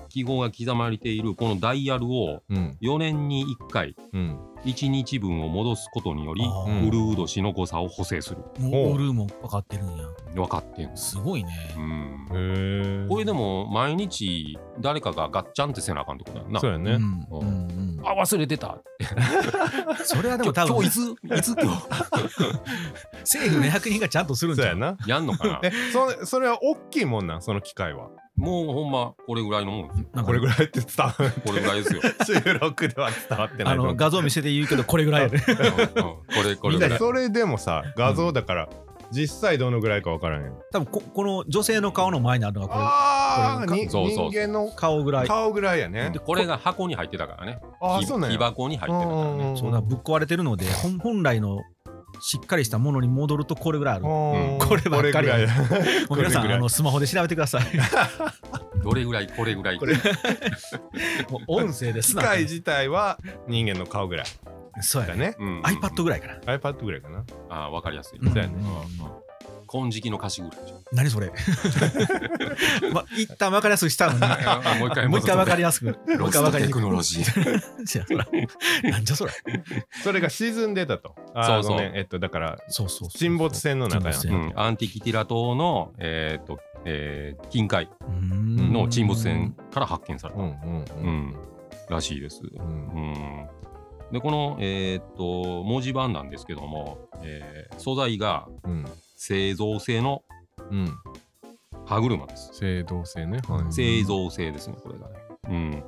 [SPEAKER 2] 記号が刻まれているこのダイヤルを
[SPEAKER 3] うん
[SPEAKER 2] 4年に1回
[SPEAKER 3] うん
[SPEAKER 2] 1日分を戻すことにより
[SPEAKER 1] あ
[SPEAKER 3] ー
[SPEAKER 2] ウルウ年の誤差を補正する
[SPEAKER 1] もうウルーも分かってるんや。
[SPEAKER 2] 分かってんす、
[SPEAKER 1] すごいね。
[SPEAKER 2] うん
[SPEAKER 3] へえ
[SPEAKER 2] これでも毎日誰かがガッチャンってせなあかんってことやんな
[SPEAKER 3] そうや
[SPEAKER 1] う
[SPEAKER 3] ね、
[SPEAKER 1] んうんうん
[SPEAKER 2] あ忘れてた
[SPEAKER 1] それはでも
[SPEAKER 2] 今
[SPEAKER 1] 多
[SPEAKER 2] 日
[SPEAKER 1] 分
[SPEAKER 3] [LAUGHS]
[SPEAKER 2] いついつ今日
[SPEAKER 1] 政府の役人がちゃんとするんじ
[SPEAKER 3] そ
[SPEAKER 1] ゃ
[SPEAKER 3] うや
[SPEAKER 1] う
[SPEAKER 3] な
[SPEAKER 2] やんの
[SPEAKER 3] [LAUGHS]
[SPEAKER 2] かな
[SPEAKER 3] えそれそれは大きいもんなんその機械は
[SPEAKER 2] もうほんまこれぐらいのもんですよ
[SPEAKER 1] なんか
[SPEAKER 3] これぐらいって伝わる [LAUGHS]
[SPEAKER 2] これぐらいですよ、
[SPEAKER 3] 収録では伝わってな
[SPEAKER 1] あ
[SPEAKER 3] いと思
[SPEAKER 1] の
[SPEAKER 3] う
[SPEAKER 1] 画像見せて言うけどこれぐらい。
[SPEAKER 2] うんうんこれこれ
[SPEAKER 3] み
[SPEAKER 2] ぐ
[SPEAKER 3] んな
[SPEAKER 2] らい
[SPEAKER 3] それでもさ画像だから、実際どのぐらいかわからんよ
[SPEAKER 1] [LAUGHS] 多分ここの女性の顔の前にあるのがこれ
[SPEAKER 3] ああ
[SPEAKER 1] これ
[SPEAKER 3] 人
[SPEAKER 2] そうそうそう
[SPEAKER 3] 間の
[SPEAKER 1] 顔ぐらい。
[SPEAKER 3] 顔ぐらいやね
[SPEAKER 2] でこれが箱に入ってたからね
[SPEAKER 3] ああ
[SPEAKER 2] 木
[SPEAKER 3] そうなん
[SPEAKER 2] 木
[SPEAKER 3] や
[SPEAKER 2] 箱に入ってたからね
[SPEAKER 1] そうだぶっ壊れてるので本本来のしっかりしたものに戻るとこれぐらいある。も
[SPEAKER 3] うん
[SPEAKER 1] こればっかりや
[SPEAKER 3] これぐらいや
[SPEAKER 1] う皆さ
[SPEAKER 3] これぐ
[SPEAKER 1] ん
[SPEAKER 3] らい
[SPEAKER 1] あのスマホで調べてください。
[SPEAKER 3] [LAUGHS]
[SPEAKER 2] どれぐらいこれぐらい
[SPEAKER 3] これ
[SPEAKER 1] もう音声です
[SPEAKER 3] 機
[SPEAKER 1] な。
[SPEAKER 3] 械自体は人間の顔ぐらい
[SPEAKER 1] そうや
[SPEAKER 3] だ
[SPEAKER 1] ね。
[SPEAKER 3] ね。
[SPEAKER 2] うん
[SPEAKER 1] iPad ぐらいかな。
[SPEAKER 3] iPad ぐらいかな。
[SPEAKER 2] あーわかりやすい、
[SPEAKER 1] うん
[SPEAKER 3] そうやね
[SPEAKER 2] 金色の歌詞ぐらいでしょ
[SPEAKER 1] 何
[SPEAKER 3] [LAUGHS]
[SPEAKER 1] それま一旦分かりやすくしたのに
[SPEAKER 2] あもう一回
[SPEAKER 1] もう一回分か
[SPEAKER 2] り
[SPEAKER 1] りやすくもう
[SPEAKER 2] ロ
[SPEAKER 1] 一回分
[SPEAKER 2] スト
[SPEAKER 1] かり
[SPEAKER 2] テ
[SPEAKER 1] にく
[SPEAKER 2] クノロジー
[SPEAKER 1] いじゃあそらなんじゃそれ
[SPEAKER 3] それが沈んでたと。
[SPEAKER 2] そ
[SPEAKER 3] あ
[SPEAKER 2] う
[SPEAKER 3] あ、
[SPEAKER 2] そう
[SPEAKER 3] ごめん。えっと、だから、
[SPEAKER 1] そうそうそう
[SPEAKER 3] 沈没船の中やん
[SPEAKER 1] 沈没
[SPEAKER 2] うん、アンティキティラ島の、えーっとえー近海
[SPEAKER 1] うーん
[SPEAKER 2] の沈没船から発見された、
[SPEAKER 3] う
[SPEAKER 2] うん
[SPEAKER 3] んうん
[SPEAKER 2] らしいです。
[SPEAKER 3] う。
[SPEAKER 2] うんん、でこの、えーっと文字盤なんですけども、えー素材が
[SPEAKER 3] うん。
[SPEAKER 2] 製造製の
[SPEAKER 3] うん。
[SPEAKER 2] 歯車です。
[SPEAKER 3] 正動性ね。はい
[SPEAKER 2] 製造性ですね、これがね。うん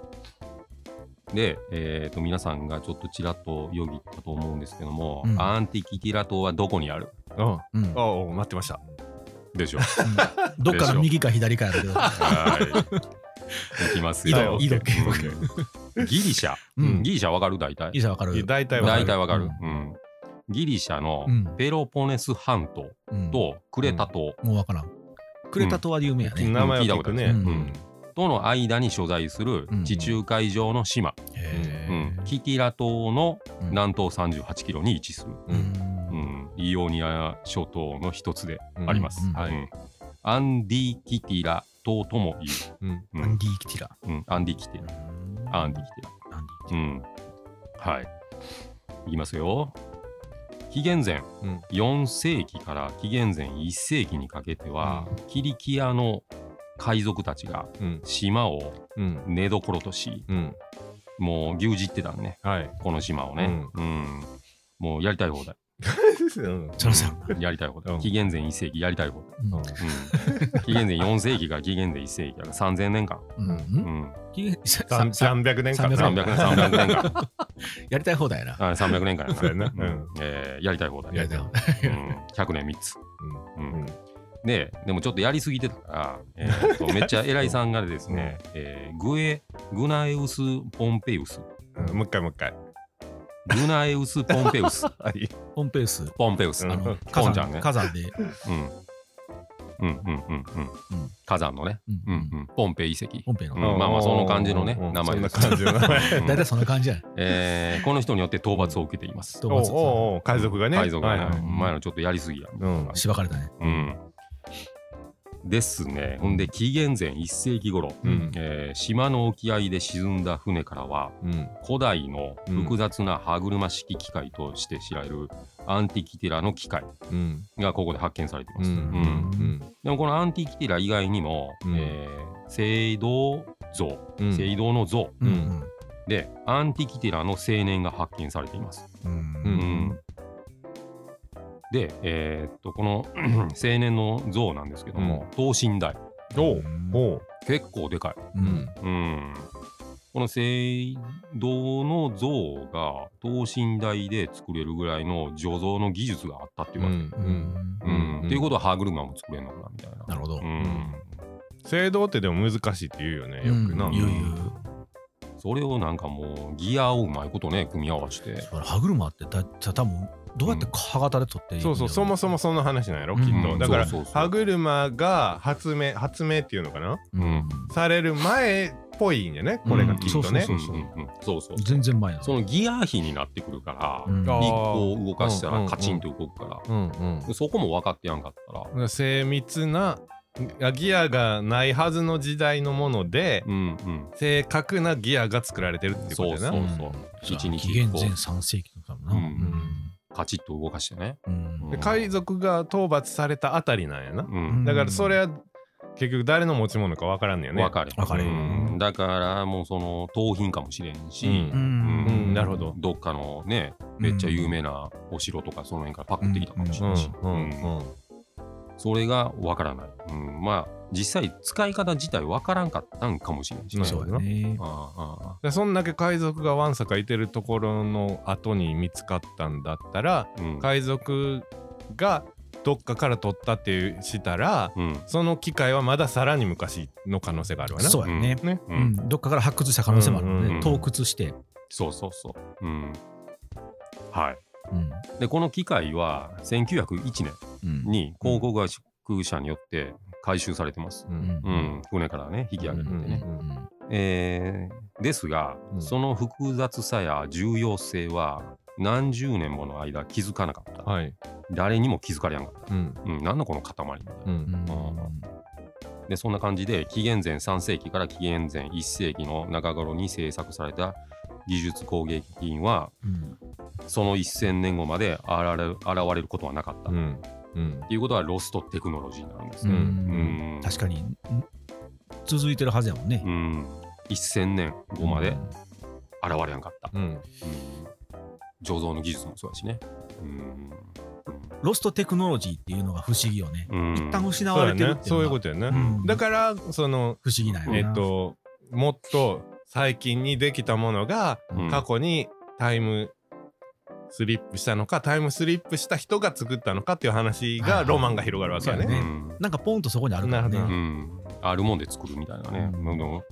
[SPEAKER 2] で、えー、と皆さんがちょっとちらっとよぎったと思うんですけども、
[SPEAKER 1] うん
[SPEAKER 2] アンティキティラ島はどこにある
[SPEAKER 3] あ
[SPEAKER 1] うん
[SPEAKER 3] あ、おう待ってました。
[SPEAKER 2] でしょう。
[SPEAKER 1] うんどっかの右か左かやるけど
[SPEAKER 2] はい。いきます
[SPEAKER 3] はい
[SPEAKER 2] よ。
[SPEAKER 1] 移動移動
[SPEAKER 3] オッケーオッケ
[SPEAKER 2] うんギリシャ、
[SPEAKER 1] う
[SPEAKER 3] うんん
[SPEAKER 2] ギリシャわかる大体
[SPEAKER 1] い。ざ分か
[SPEAKER 3] ーいや
[SPEAKER 1] る
[SPEAKER 3] 大体は
[SPEAKER 2] 大体わか
[SPEAKER 1] わ
[SPEAKER 2] る
[SPEAKER 1] か。
[SPEAKER 2] うんギリシャの
[SPEAKER 1] うん
[SPEAKER 2] ペロポネス半島
[SPEAKER 1] うんも
[SPEAKER 2] とクレタ島
[SPEAKER 1] う分からんクレタ島は有名やね
[SPEAKER 3] 名前は聞くね。
[SPEAKER 1] う
[SPEAKER 3] うんん
[SPEAKER 2] との間に所在する
[SPEAKER 1] うん
[SPEAKER 2] 地中海上の島、
[SPEAKER 1] へ
[SPEAKER 2] うん
[SPEAKER 1] ー
[SPEAKER 2] キティラ島の
[SPEAKER 1] うん
[SPEAKER 2] 南東38キロに位置する、
[SPEAKER 1] う
[SPEAKER 3] うん
[SPEAKER 2] うんん、イオニア諸島の一つであります。
[SPEAKER 1] うん
[SPEAKER 2] はいアンディ・キティラ島とも言
[SPEAKER 3] うん
[SPEAKER 2] う、う
[SPEAKER 1] アン
[SPEAKER 2] ん
[SPEAKER 1] ディ・キティラ
[SPEAKER 2] うんアンディ・キティラ。アンディ・キティラ。
[SPEAKER 1] アン
[SPEAKER 2] うん。はい。いきますよ。紀元前
[SPEAKER 3] うん
[SPEAKER 2] 4世紀から紀元前1世紀にかけては、キリキアの海賊たちが
[SPEAKER 3] うん
[SPEAKER 2] 島を
[SPEAKER 3] うん
[SPEAKER 2] 寝所とし、
[SPEAKER 3] うん
[SPEAKER 2] もう牛耳ってたんね、
[SPEAKER 3] はい。
[SPEAKER 2] この島をね。うん。もうやりたい放題。
[SPEAKER 3] うん
[SPEAKER 1] そらそうやろな
[SPEAKER 2] やりたい放題。
[SPEAKER 3] うん
[SPEAKER 2] 紀元前1世紀やりたい放題。
[SPEAKER 1] うん
[SPEAKER 2] うん紀元前4世紀から紀元前1世紀から3000年間。
[SPEAKER 1] うんう
[SPEAKER 2] う
[SPEAKER 1] ん
[SPEAKER 2] ん。
[SPEAKER 1] さ
[SPEAKER 3] 三
[SPEAKER 1] さ
[SPEAKER 3] 300年間
[SPEAKER 1] 300
[SPEAKER 2] 300年、300年間。
[SPEAKER 1] やりたい放題やな
[SPEAKER 2] あ300年間やな。
[SPEAKER 3] そうやなうん
[SPEAKER 2] うんえーやりたい放題。
[SPEAKER 1] やりたい放
[SPEAKER 2] うん100年3つ。うんで、でもちょっとやりすぎてたから、えーとめっちゃ偉いさんがですね、えーグエ、グナエウス・ポンペイウス、
[SPEAKER 3] うんもう一回もう一回。
[SPEAKER 2] グナエウス・ポンペイウス、
[SPEAKER 3] はい。
[SPEAKER 1] ポンペウス
[SPEAKER 2] ポンペイウス、
[SPEAKER 3] う
[SPEAKER 1] あ
[SPEAKER 2] うん、
[SPEAKER 1] の
[SPEAKER 2] ポンちゃんね
[SPEAKER 1] 火山で
[SPEAKER 2] うん、うん、うん、うん、うん、火山のね、
[SPEAKER 1] うん
[SPEAKER 2] うん、うん、ポンペイ遺跡。
[SPEAKER 1] ポンペイの
[SPEAKER 2] うんまあまあその感じのね
[SPEAKER 3] うん
[SPEAKER 2] 名前です
[SPEAKER 3] そんな感じの
[SPEAKER 2] [LAUGHS]
[SPEAKER 3] 名前。
[SPEAKER 2] うん
[SPEAKER 1] 大体そんな感じやね
[SPEAKER 2] えーこの人によって討伐を受けています。
[SPEAKER 1] 動
[SPEAKER 3] おう
[SPEAKER 1] 物さん
[SPEAKER 3] おうおう海賊がね。
[SPEAKER 2] 海賊がね、
[SPEAKER 3] はいはい
[SPEAKER 2] お前らちょっとやりすぎや。
[SPEAKER 3] うん
[SPEAKER 1] しばかれたね
[SPEAKER 2] うん。ですね。ほんで、紀元前1世紀頃、
[SPEAKER 3] うん
[SPEAKER 2] えー島の沖合で沈んだ船からは、
[SPEAKER 3] うん
[SPEAKER 2] 古代の複雑な歯車式機械として知られるアンティキティラの機械
[SPEAKER 3] うん
[SPEAKER 2] がここで発見されてい
[SPEAKER 3] うん
[SPEAKER 2] ます。
[SPEAKER 3] うん
[SPEAKER 2] でも、このアンティキティラ以外にも、
[SPEAKER 3] うん
[SPEAKER 2] えー青銅像、
[SPEAKER 3] うん
[SPEAKER 2] 青銅の像、
[SPEAKER 1] うん
[SPEAKER 2] でアンティキティラの青年が発見されています。
[SPEAKER 1] う。
[SPEAKER 3] うん
[SPEAKER 2] うんで、えーっとこの [CLEARS THROAT] 青年の像なんですけども、等身大
[SPEAKER 3] おうおう
[SPEAKER 2] 結構でかい。
[SPEAKER 1] うん。
[SPEAKER 2] うん、この青銅の像が等身大で作れるぐらいの醸造の技術があったっていうわけ。うん
[SPEAKER 1] うんうん
[SPEAKER 3] うん
[SPEAKER 2] っていうことは歯車も作れるのかなみたいな。
[SPEAKER 1] なるほど
[SPEAKER 2] う。ん、
[SPEAKER 3] 制度ってでも難しいって言うよねよくな、
[SPEAKER 1] うん言う言う
[SPEAKER 2] それをなんかもうギアをうまいことね組み合わせて
[SPEAKER 1] それ歯車ってだじゃあ多分どうやって歯型で取っていいんだ
[SPEAKER 3] そ
[SPEAKER 1] ろ
[SPEAKER 3] うそうそもそもその話なんやろ
[SPEAKER 1] う
[SPEAKER 3] き
[SPEAKER 1] ん
[SPEAKER 3] っ
[SPEAKER 1] う
[SPEAKER 3] と
[SPEAKER 1] ん
[SPEAKER 3] だから
[SPEAKER 2] そうそうそう
[SPEAKER 3] 歯車が発明発明っていうのかな
[SPEAKER 1] うん
[SPEAKER 2] うん
[SPEAKER 3] される前っぽいんやねこれがきっとね
[SPEAKER 1] うんそうそう
[SPEAKER 2] うんうんうんそうそう
[SPEAKER 1] 全然前やな
[SPEAKER 2] そのギア比になってくるから、
[SPEAKER 1] うん
[SPEAKER 3] あー
[SPEAKER 2] 一個動かした
[SPEAKER 3] うんうん
[SPEAKER 2] ら
[SPEAKER 3] うん
[SPEAKER 2] カチンと動くから、
[SPEAKER 3] うんうん
[SPEAKER 2] でそこも分かってやんかったら、
[SPEAKER 3] 精密なギアがないはずの時代のもので、
[SPEAKER 2] うんうん、
[SPEAKER 3] 正確なギアが作られてるっていうことやな
[SPEAKER 2] そうそう
[SPEAKER 1] じゃあ
[SPEAKER 2] 一日
[SPEAKER 1] 紀元前
[SPEAKER 2] こ
[SPEAKER 1] 3世紀とかもな
[SPEAKER 2] う
[SPEAKER 1] うんん
[SPEAKER 2] カチッと動かしてね。
[SPEAKER 1] うん
[SPEAKER 3] で海賊が討伐されたあたりなんやな、
[SPEAKER 2] うん
[SPEAKER 3] だからそれは結局誰の持ち物か分からんのよね
[SPEAKER 2] 分かれ
[SPEAKER 1] 分かれへん
[SPEAKER 2] うんだからもうその盗品かもしれんし、
[SPEAKER 3] うん
[SPEAKER 1] うん
[SPEAKER 2] う
[SPEAKER 3] うんなるほど
[SPEAKER 2] どっかのねめっちゃ有名なお城とかその辺からパクってきたかもしれんし、
[SPEAKER 3] うんうん
[SPEAKER 2] うんそれが分からない、うん、まあ実際使い方自体分からんかったんかもしれんし、
[SPEAKER 3] うん
[SPEAKER 1] そうだね
[SPEAKER 2] ああああ
[SPEAKER 3] でそんだけ海賊がわんさかいてるところの後に見つかったんだったら
[SPEAKER 2] うん
[SPEAKER 3] 海賊がどっかから取ったっていうしたら
[SPEAKER 2] うん
[SPEAKER 3] その機械はまださらに昔の可能性があるわな
[SPEAKER 1] そうやね
[SPEAKER 3] ね
[SPEAKER 2] う、
[SPEAKER 1] うんんどっかから発掘した可能性もあるもん
[SPEAKER 3] うんうん
[SPEAKER 2] うん
[SPEAKER 1] ね盗掘して
[SPEAKER 2] そうそうそう、うん、はい
[SPEAKER 1] うん
[SPEAKER 2] でこの機械は1901年
[SPEAKER 1] うん
[SPEAKER 2] に航空会社によって回収されてます、
[SPEAKER 3] う
[SPEAKER 1] うん
[SPEAKER 2] うん船からね引き上げられてね、
[SPEAKER 3] うん
[SPEAKER 2] えーですが、
[SPEAKER 3] うん
[SPEAKER 2] その複雑さや重要性は何十年もの間気づかなかった、
[SPEAKER 3] はい
[SPEAKER 2] 誰にも気づかれやんかっ
[SPEAKER 3] うん
[SPEAKER 2] た、うん、なんのこの塊みたいな、
[SPEAKER 3] うん
[SPEAKER 1] うん
[SPEAKER 2] でそんな感じで紀元前3世紀から紀元前1世紀の中頃に制作された技術工芸品は
[SPEAKER 1] うん
[SPEAKER 2] その1000年後まで現れる現れることはなかった、
[SPEAKER 3] う
[SPEAKER 2] っ
[SPEAKER 3] んうん
[SPEAKER 2] ていうことはロストテクノロジーなんです
[SPEAKER 1] う
[SPEAKER 2] ね、うんん
[SPEAKER 1] 確かにん続いてるはずやもんね
[SPEAKER 2] うん、1000年後まで現れやんかった、
[SPEAKER 3] うん
[SPEAKER 2] 醸造の技術もそうだしね。うん
[SPEAKER 1] ロストテクノロジーっていうのが不思議よね
[SPEAKER 2] うん
[SPEAKER 1] 一旦失
[SPEAKER 3] そう
[SPEAKER 1] わ
[SPEAKER 3] や
[SPEAKER 1] れてる
[SPEAKER 3] ね
[SPEAKER 1] って
[SPEAKER 3] そう
[SPEAKER 1] い
[SPEAKER 3] いうう
[SPEAKER 1] のが
[SPEAKER 3] ことやね
[SPEAKER 1] うん
[SPEAKER 3] だからその
[SPEAKER 1] 不思議なん
[SPEAKER 3] え
[SPEAKER 1] や
[SPEAKER 3] っ
[SPEAKER 1] な
[SPEAKER 3] ともっと最近にできたものが
[SPEAKER 2] うん
[SPEAKER 3] 過去にタイムスリップしたのかタイムスリップした人が作ったのかっていう話
[SPEAKER 1] はいは
[SPEAKER 3] が
[SPEAKER 1] い
[SPEAKER 3] ロマンが広がるわけや
[SPEAKER 1] そう
[SPEAKER 3] ね
[SPEAKER 1] や。
[SPEAKER 2] うん
[SPEAKER 1] なんかポンとそこにあるから
[SPEAKER 3] なるほ
[SPEAKER 2] う
[SPEAKER 3] ど
[SPEAKER 1] ね
[SPEAKER 2] んあるもんで作るみたいなね。
[SPEAKER 1] うん
[SPEAKER 2] でも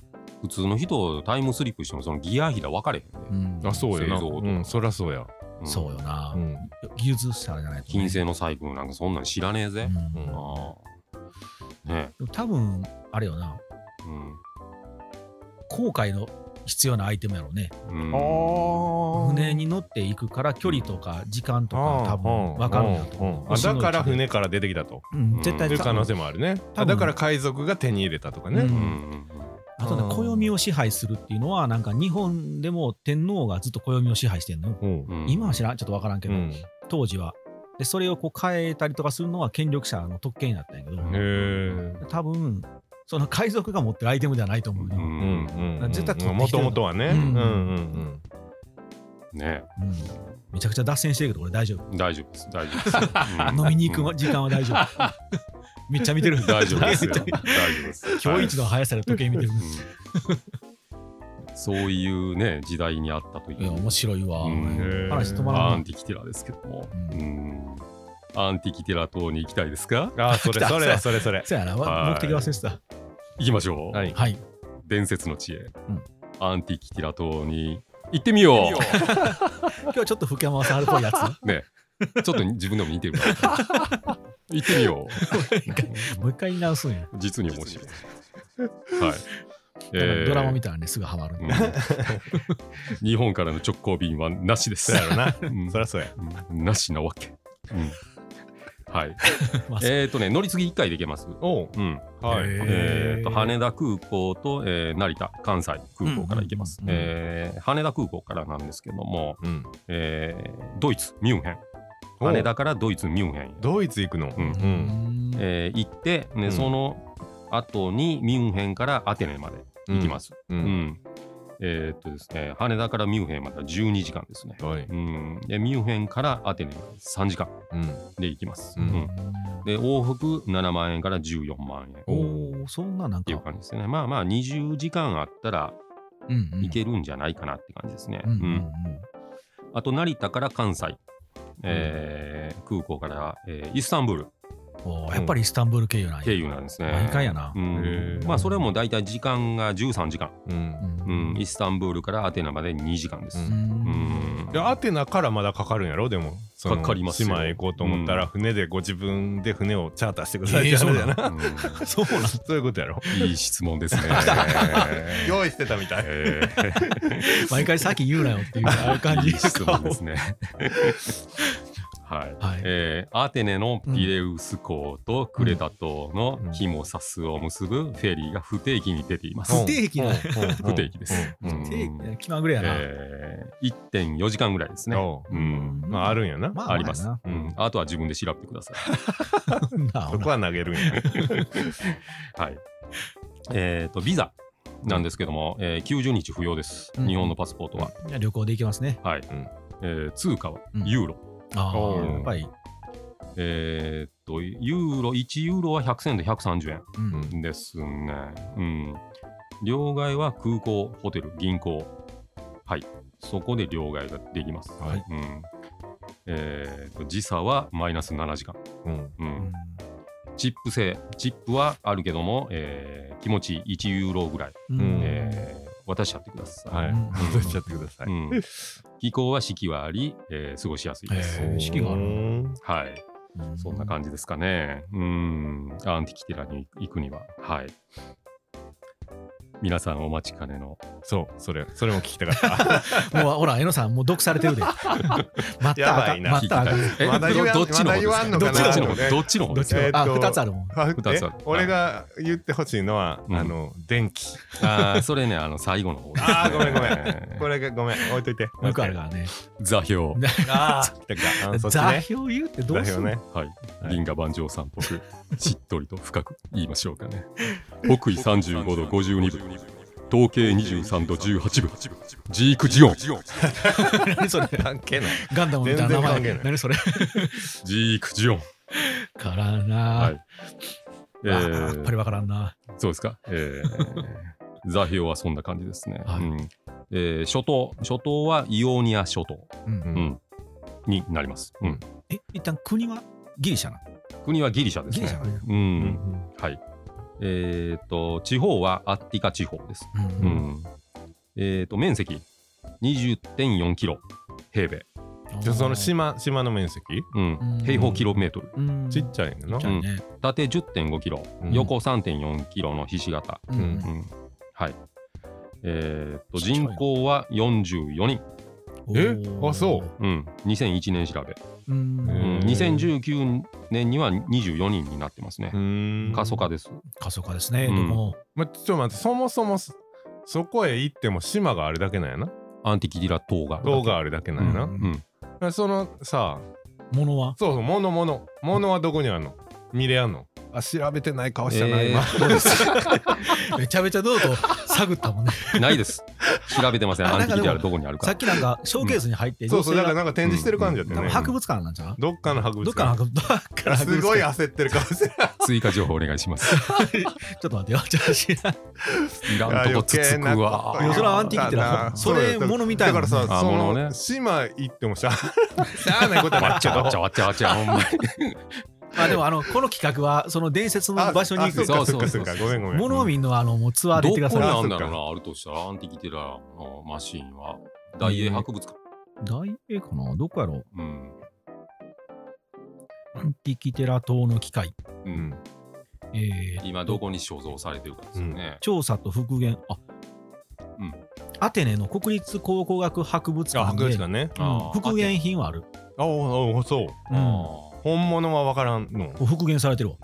[SPEAKER 2] 普通の人タイムスリップしてもそのギア比で分かれへんで、
[SPEAKER 1] うん
[SPEAKER 3] あそうや
[SPEAKER 2] 製
[SPEAKER 3] な。
[SPEAKER 2] 造と
[SPEAKER 3] うんそりゃそうや。
[SPEAKER 2] うん
[SPEAKER 1] そうよな
[SPEAKER 3] うん
[SPEAKER 1] 技術者じゃないとね
[SPEAKER 2] 金星の細分なんかそんなん知らねえぜ。
[SPEAKER 1] うん
[SPEAKER 3] うん
[SPEAKER 2] ああね
[SPEAKER 1] でも多分あれよな航海の必要なアイテムやろうね
[SPEAKER 2] うんうん
[SPEAKER 3] あ
[SPEAKER 1] 船に乗っていくから距離とか時間とか多分分
[SPEAKER 3] あ
[SPEAKER 1] かるんだと
[SPEAKER 3] うん
[SPEAKER 1] 思
[SPEAKER 3] うん
[SPEAKER 1] う
[SPEAKER 3] あ
[SPEAKER 1] 星のう
[SPEAKER 3] だ
[SPEAKER 1] ち
[SPEAKER 3] から
[SPEAKER 1] で
[SPEAKER 3] 船から出てきたと
[SPEAKER 1] うん絶対
[SPEAKER 3] いう可能性
[SPEAKER 1] も
[SPEAKER 3] もあるね。
[SPEAKER 1] 多
[SPEAKER 3] あ
[SPEAKER 1] 分
[SPEAKER 3] だから海賊が手に入れたとか
[SPEAKER 1] う
[SPEAKER 3] ね。
[SPEAKER 2] うんん
[SPEAKER 1] あとね
[SPEAKER 3] うん
[SPEAKER 1] 暦を支配するっていうのはなんか日本でも天皇がずっと暦を支配してんのよ
[SPEAKER 3] うん
[SPEAKER 2] うん
[SPEAKER 1] 今は知らんちょっと分からんけ
[SPEAKER 3] う
[SPEAKER 1] ど
[SPEAKER 3] ん
[SPEAKER 1] 当時はでそれをこう変えたりとかするのは権力者の特権だったんやけど
[SPEAKER 2] うん
[SPEAKER 3] へー
[SPEAKER 1] 多分その海賊が持ってるアイテムではないと思う
[SPEAKER 2] う
[SPEAKER 1] よ、
[SPEAKER 3] うんんうん
[SPEAKER 1] 絶対取ってきてるの
[SPEAKER 3] もともとはね。う
[SPEAKER 1] うんん
[SPEAKER 3] うんうん
[SPEAKER 2] ね
[SPEAKER 1] うんめちゃくちゃ脱線してるけど俺大丈夫
[SPEAKER 2] [LAUGHS] 大丈夫です大丈夫ですうん
[SPEAKER 1] [LAUGHS] 飲みに行く時間は大丈
[SPEAKER 2] [LAUGHS]
[SPEAKER 1] 夫。めっちゃ見てる。
[SPEAKER 2] 大丈夫ですよ
[SPEAKER 1] [LAUGHS] めっ
[SPEAKER 2] 大
[SPEAKER 1] ちゃ
[SPEAKER 2] 丈夫です
[SPEAKER 1] 今日一の速さで時計見てる。
[SPEAKER 2] うんそういうね時代にあったとい
[SPEAKER 1] いや、
[SPEAKER 2] う
[SPEAKER 1] 面白いわ。
[SPEAKER 2] うん
[SPEAKER 1] 話止まら
[SPEAKER 2] ア
[SPEAKER 1] ない
[SPEAKER 2] ン。ティキティラですけども、
[SPEAKER 1] う
[SPEAKER 2] うんアンティキティラ島に行きたいですか
[SPEAKER 3] あそれそれだそれそれ。
[SPEAKER 1] そやな、
[SPEAKER 2] はい
[SPEAKER 1] わ目的忘れてた。
[SPEAKER 2] 行きましょう、
[SPEAKER 3] はい。
[SPEAKER 1] はい。
[SPEAKER 2] 伝説の知恵、
[SPEAKER 1] ん
[SPEAKER 2] アンティキティラ島に行ってみよ
[SPEAKER 1] 今日ちょっと福山さんあるっぽいやつ。
[SPEAKER 2] うねちょっと自分でも似てるから
[SPEAKER 1] [LAUGHS]
[SPEAKER 2] 行ってみよ
[SPEAKER 1] もう一回言い直すんや。
[SPEAKER 2] う実に面白いは
[SPEAKER 1] だ
[SPEAKER 2] い、
[SPEAKER 1] からドラマ見
[SPEAKER 2] た
[SPEAKER 1] たらね、すぐハマるんで。
[SPEAKER 2] 日本からの直行便はなしです
[SPEAKER 3] そ、やろな。
[SPEAKER 2] うん
[SPEAKER 3] そりゃそうや。
[SPEAKER 2] うんなしなわけ、うんはい
[SPEAKER 1] まあ
[SPEAKER 2] えっ、ー、とね乗り継ぎ1回で行けます
[SPEAKER 3] おう
[SPEAKER 2] うん
[SPEAKER 3] はい。
[SPEAKER 1] へー
[SPEAKER 2] えー、と羽田空港と、えー成田関西空港から行けます、
[SPEAKER 1] うんうんうんうん
[SPEAKER 2] えー羽田空港からなんですけども、
[SPEAKER 3] うん
[SPEAKER 2] えードイツミュンヘン羽田からドイツミュンヘンへ、
[SPEAKER 3] ドイツ行くの、
[SPEAKER 2] うん
[SPEAKER 1] うん
[SPEAKER 2] えー行って、ね
[SPEAKER 3] うん
[SPEAKER 2] その後にミュンヘンからアテネまで行きます、
[SPEAKER 3] う
[SPEAKER 2] うん
[SPEAKER 3] ん
[SPEAKER 2] えーっとですね、羽田からミュンヘンまた12時間ですね。
[SPEAKER 3] はい。
[SPEAKER 2] うん、でミュンヘンからアテネ3時間
[SPEAKER 3] うん。
[SPEAKER 2] で行きます。
[SPEAKER 3] う
[SPEAKER 2] うんんで往復7万円から14万円っ
[SPEAKER 1] おお、そんななん
[SPEAKER 2] ていう
[SPEAKER 1] か。
[SPEAKER 2] 感じですね。まあまあ20時間あったら
[SPEAKER 1] うんうん
[SPEAKER 2] いけるんじゃないかなって感じですね。
[SPEAKER 1] うんうん
[SPEAKER 2] うんあと成田から関西、えー空港から、えーイスタンブール
[SPEAKER 1] うんおーやっぱりイスタンブール経由なんや
[SPEAKER 2] 経。由なんですね。
[SPEAKER 1] 毎回やな
[SPEAKER 2] う。ん
[SPEAKER 3] へー
[SPEAKER 2] まあそれも大体時間が13時間、
[SPEAKER 1] う
[SPEAKER 3] う。
[SPEAKER 1] ん
[SPEAKER 2] うんん、イスタンブールからアテナまで2時間です。
[SPEAKER 1] う
[SPEAKER 2] うんん
[SPEAKER 3] で、アテナからまだかかるんやろでも。その
[SPEAKER 2] かかりますよ
[SPEAKER 3] 島へ行こうと思ったら、船でご自分で船をチャーターしてください
[SPEAKER 1] えー
[SPEAKER 3] って話やな。
[SPEAKER 1] [LAUGHS]
[SPEAKER 2] う
[SPEAKER 1] そうなん
[SPEAKER 3] そういうことやろ。
[SPEAKER 2] んいい質問ですね。
[SPEAKER 3] [LAUGHS] 用意してたみたい。
[SPEAKER 2] えー
[SPEAKER 1] 毎回さっき言うなよっていう [LAUGHS] ああいう感じ
[SPEAKER 2] いい質問ですね。はい。
[SPEAKER 1] はい。
[SPEAKER 2] えーアテネのピレウス港とクレタ島の
[SPEAKER 3] うん
[SPEAKER 2] ヒモサスを結ぶフェリーが不定期に出ています。
[SPEAKER 1] 不定期な
[SPEAKER 3] うん
[SPEAKER 1] や
[SPEAKER 3] [LAUGHS]
[SPEAKER 2] 不定期です。
[SPEAKER 3] うん
[SPEAKER 2] うん
[SPEAKER 1] 定期気まぐれやな。
[SPEAKER 2] えー1.4時間ぐらいですね。
[SPEAKER 3] おう
[SPEAKER 2] うん
[SPEAKER 3] まあ、あるんやな。
[SPEAKER 1] ま
[SPEAKER 2] あります
[SPEAKER 1] ま
[SPEAKER 2] う
[SPEAKER 3] うん
[SPEAKER 2] ん、あとは自分で調べてください。
[SPEAKER 1] あなあ
[SPEAKER 3] そこは投げるんや。
[SPEAKER 2] はい。えっ、と、ビザなんですけども、えー90日不要です。
[SPEAKER 1] うん
[SPEAKER 2] 日本のパスポートは。
[SPEAKER 1] いや旅行で行けますね。
[SPEAKER 2] はい。
[SPEAKER 3] ん
[SPEAKER 2] えー通貨は
[SPEAKER 1] うん
[SPEAKER 2] ユーロ。
[SPEAKER 1] あ
[SPEAKER 3] お
[SPEAKER 1] あ、
[SPEAKER 3] ー
[SPEAKER 1] やっぱり。
[SPEAKER 2] えっと、ユーロ、1ユーロは100円で130円。
[SPEAKER 1] うん
[SPEAKER 3] うん
[SPEAKER 2] ですね。うん。両替は空港、ホテル、銀行。はい。そこで両替ができます。
[SPEAKER 3] はい
[SPEAKER 2] うん。えーと、時差はマイナス7時間。
[SPEAKER 3] うん。
[SPEAKER 2] う
[SPEAKER 1] うん
[SPEAKER 2] ん。チップ制。チップはあるけども、えー気持ち1ユーロぐらい、
[SPEAKER 1] うん
[SPEAKER 3] うん
[SPEAKER 2] えー渡しちゃってください。
[SPEAKER 3] はい。
[SPEAKER 1] うん
[SPEAKER 2] [LAUGHS]
[SPEAKER 3] 戻しちゃってください。
[SPEAKER 2] うん。気候は四季はあり、えー過ごしやすいです。
[SPEAKER 1] へー四季がある
[SPEAKER 3] うん
[SPEAKER 2] はい。
[SPEAKER 1] うん
[SPEAKER 2] そんな感じですかね。うん、アンティキティラに行くには。はい。皆さんお待ちかねの。
[SPEAKER 3] そう、それ、それも聞きたかった。
[SPEAKER 1] もうほら、えのさん、もう毒されてる
[SPEAKER 3] [LAUGHS]
[SPEAKER 1] で。またあか
[SPEAKER 3] やば
[SPEAKER 1] ん、
[SPEAKER 3] いな
[SPEAKER 1] またあかん。
[SPEAKER 2] え
[SPEAKER 3] まだ言わん
[SPEAKER 2] どどっちの方ですか
[SPEAKER 3] ま
[SPEAKER 1] だ言わんのかな
[SPEAKER 2] どっちの方どっちの方です
[SPEAKER 3] え
[SPEAKER 2] か
[SPEAKER 3] ーっと
[SPEAKER 1] あ、二つあるもん。
[SPEAKER 3] あ
[SPEAKER 2] 二つある
[SPEAKER 3] え俺が言ってほしいのは、
[SPEAKER 2] うん
[SPEAKER 3] あの電気
[SPEAKER 2] あーそれね、あの、最後の方です、ね。
[SPEAKER 3] あーごめんごめ
[SPEAKER 2] [LAUGHS]
[SPEAKER 3] これがごめん置いといて
[SPEAKER 1] よくあるからね。
[SPEAKER 2] 座標。
[SPEAKER 3] ああ [LAUGHS] 来たかあそっち
[SPEAKER 1] 座
[SPEAKER 3] ね
[SPEAKER 1] 標言うってどうする
[SPEAKER 3] 座標ね
[SPEAKER 1] の
[SPEAKER 2] はい。
[SPEAKER 3] はい
[SPEAKER 2] 銀河万丈さんっ
[SPEAKER 3] [LAUGHS]
[SPEAKER 2] ぽく、しっとりと深く言いましょうかね。北緯35度52分、東経23度18分、ジークジオン。ジ
[SPEAKER 1] 何それ
[SPEAKER 3] 関係ない
[SPEAKER 1] ガンダムみたいな名
[SPEAKER 3] 全然関係な
[SPEAKER 1] 前。
[SPEAKER 3] い
[SPEAKER 1] 何それ [LAUGHS]
[SPEAKER 2] ークジオン。
[SPEAKER 1] から
[SPEAKER 2] は。
[SPEAKER 1] ないあー。やっぱりわからんな。
[SPEAKER 2] そうですか。え
[SPEAKER 1] [LAUGHS]
[SPEAKER 2] ー座標はそんな感じですね。
[SPEAKER 1] はい
[SPEAKER 2] うんえー諸島、諸島はイオニア諸島、
[SPEAKER 1] うん
[SPEAKER 2] うんになります、うん
[SPEAKER 1] え、一旦国はギリシャな。
[SPEAKER 2] 国はギリシャです
[SPEAKER 1] ギリシ
[SPEAKER 2] ね
[SPEAKER 1] ャ。なんや
[SPEAKER 2] うん
[SPEAKER 3] うん
[SPEAKER 2] はい。えっと、地方はアッティカ地方です。
[SPEAKER 1] う
[SPEAKER 2] うんんえっと、面積20.4キロ平米、
[SPEAKER 3] じゃあその島島の面積
[SPEAKER 2] うん
[SPEAKER 1] うん
[SPEAKER 2] 平方キロメートル、
[SPEAKER 1] うん
[SPEAKER 3] ちっちゃいんやな
[SPEAKER 1] ちゃいね
[SPEAKER 2] 縦10.5キロ、
[SPEAKER 3] うん
[SPEAKER 2] 横3.4キロのひし形。
[SPEAKER 1] う
[SPEAKER 3] うん
[SPEAKER 1] ん。
[SPEAKER 2] はい。えっと、
[SPEAKER 1] ちっちゃいな
[SPEAKER 2] 人口は44人。
[SPEAKER 3] え
[SPEAKER 1] おー
[SPEAKER 3] あそ
[SPEAKER 2] うん、2001年調べ、
[SPEAKER 1] う。うん
[SPEAKER 2] うん
[SPEAKER 3] へー
[SPEAKER 2] 2019年には24人になってますね
[SPEAKER 3] う、ん
[SPEAKER 2] 過疎化です
[SPEAKER 1] 過疎化ですね。
[SPEAKER 2] う
[SPEAKER 1] ど
[SPEAKER 2] ん
[SPEAKER 1] うも。
[SPEAKER 3] まちょっと待ってそもそもそそこへ行っても島があれだけなんやな
[SPEAKER 2] アンティキディラ島が
[SPEAKER 3] 島があれだけなんやな、
[SPEAKER 1] う
[SPEAKER 2] うんん、
[SPEAKER 3] そのさ
[SPEAKER 1] もの
[SPEAKER 3] [LAUGHS]
[SPEAKER 1] は
[SPEAKER 3] そうそう物物物はどこにあんの見れあんのあ調べてない顔したな、
[SPEAKER 2] えー
[SPEAKER 3] 今
[SPEAKER 2] どうです
[SPEAKER 1] [LAUGHS] めちゃめちゃどうと探ったもんね。
[SPEAKER 2] [LAUGHS] ないです調べてません
[SPEAKER 1] あ
[SPEAKER 2] アンティキディ
[SPEAKER 1] なんかで
[SPEAKER 2] ラ
[SPEAKER 1] も
[SPEAKER 2] どこにある
[SPEAKER 1] さ
[SPEAKER 2] か
[SPEAKER 1] っきなんかショーケースに入って、
[SPEAKER 3] そうそうだから
[SPEAKER 1] 女
[SPEAKER 3] なんか展示してる感じやった
[SPEAKER 1] 性
[SPEAKER 3] よ
[SPEAKER 1] が
[SPEAKER 3] ね、
[SPEAKER 1] 多分博物館なんじゃん
[SPEAKER 3] どっかの博
[SPEAKER 1] ど
[SPEAKER 3] 物
[SPEAKER 1] っかの
[SPEAKER 3] 館
[SPEAKER 1] 博物館。
[SPEAKER 3] すごい焦ってる顔してる
[SPEAKER 2] 追加情報お願いしま
[SPEAKER 1] [LAUGHS]
[SPEAKER 2] す
[SPEAKER 1] ちょっと待ってよ。ちょっと知らん
[SPEAKER 2] いらんとこつつくわ
[SPEAKER 1] 余計なこと言ういやそれはアンティキティラ
[SPEAKER 3] だな
[SPEAKER 1] それ
[SPEAKER 3] うだ
[SPEAKER 1] 物みたいもん
[SPEAKER 3] だ
[SPEAKER 1] ね
[SPEAKER 3] からさ
[SPEAKER 2] あ
[SPEAKER 3] そ
[SPEAKER 2] 物
[SPEAKER 3] の
[SPEAKER 2] ね
[SPEAKER 3] 島行ってもしゃしゃあないことはな
[SPEAKER 2] わ
[SPEAKER 3] い
[SPEAKER 2] っ
[SPEAKER 3] け
[SPEAKER 2] ちゃわっちゃ
[SPEAKER 3] ど
[SPEAKER 2] わっちゃわ
[SPEAKER 1] [LAUGHS]
[SPEAKER 2] っちゃほんまに
[SPEAKER 1] あでもあのこの企画はその伝説の場所に行
[SPEAKER 2] あ
[SPEAKER 1] く
[SPEAKER 2] そ。う
[SPEAKER 3] あそっかそっかそっかごめんごめん
[SPEAKER 1] ものを見るのはあのもうツアーで
[SPEAKER 2] ど
[SPEAKER 1] 行っ
[SPEAKER 2] こ
[SPEAKER 1] てく
[SPEAKER 2] に
[SPEAKER 1] ださい。
[SPEAKER 2] あんだろうなあるとしたらアンティキディラのマシーンは大英博物館、
[SPEAKER 1] 大英かなどこやろう
[SPEAKER 2] うん
[SPEAKER 1] アンティキテラ島の機械。
[SPEAKER 2] う
[SPEAKER 3] うんん
[SPEAKER 1] えー
[SPEAKER 2] 今どこに所蔵されてるかですよね、
[SPEAKER 1] 調査と復元。あ、
[SPEAKER 2] うん
[SPEAKER 1] アテネの国立考古学博物館
[SPEAKER 3] あ博
[SPEAKER 1] で
[SPEAKER 3] 物館ね
[SPEAKER 1] うん
[SPEAKER 2] あー
[SPEAKER 1] 復元品はある。
[SPEAKER 3] あおおそう
[SPEAKER 1] うん
[SPEAKER 2] あー
[SPEAKER 3] 本物は分からんの
[SPEAKER 1] こう復元されてるわ。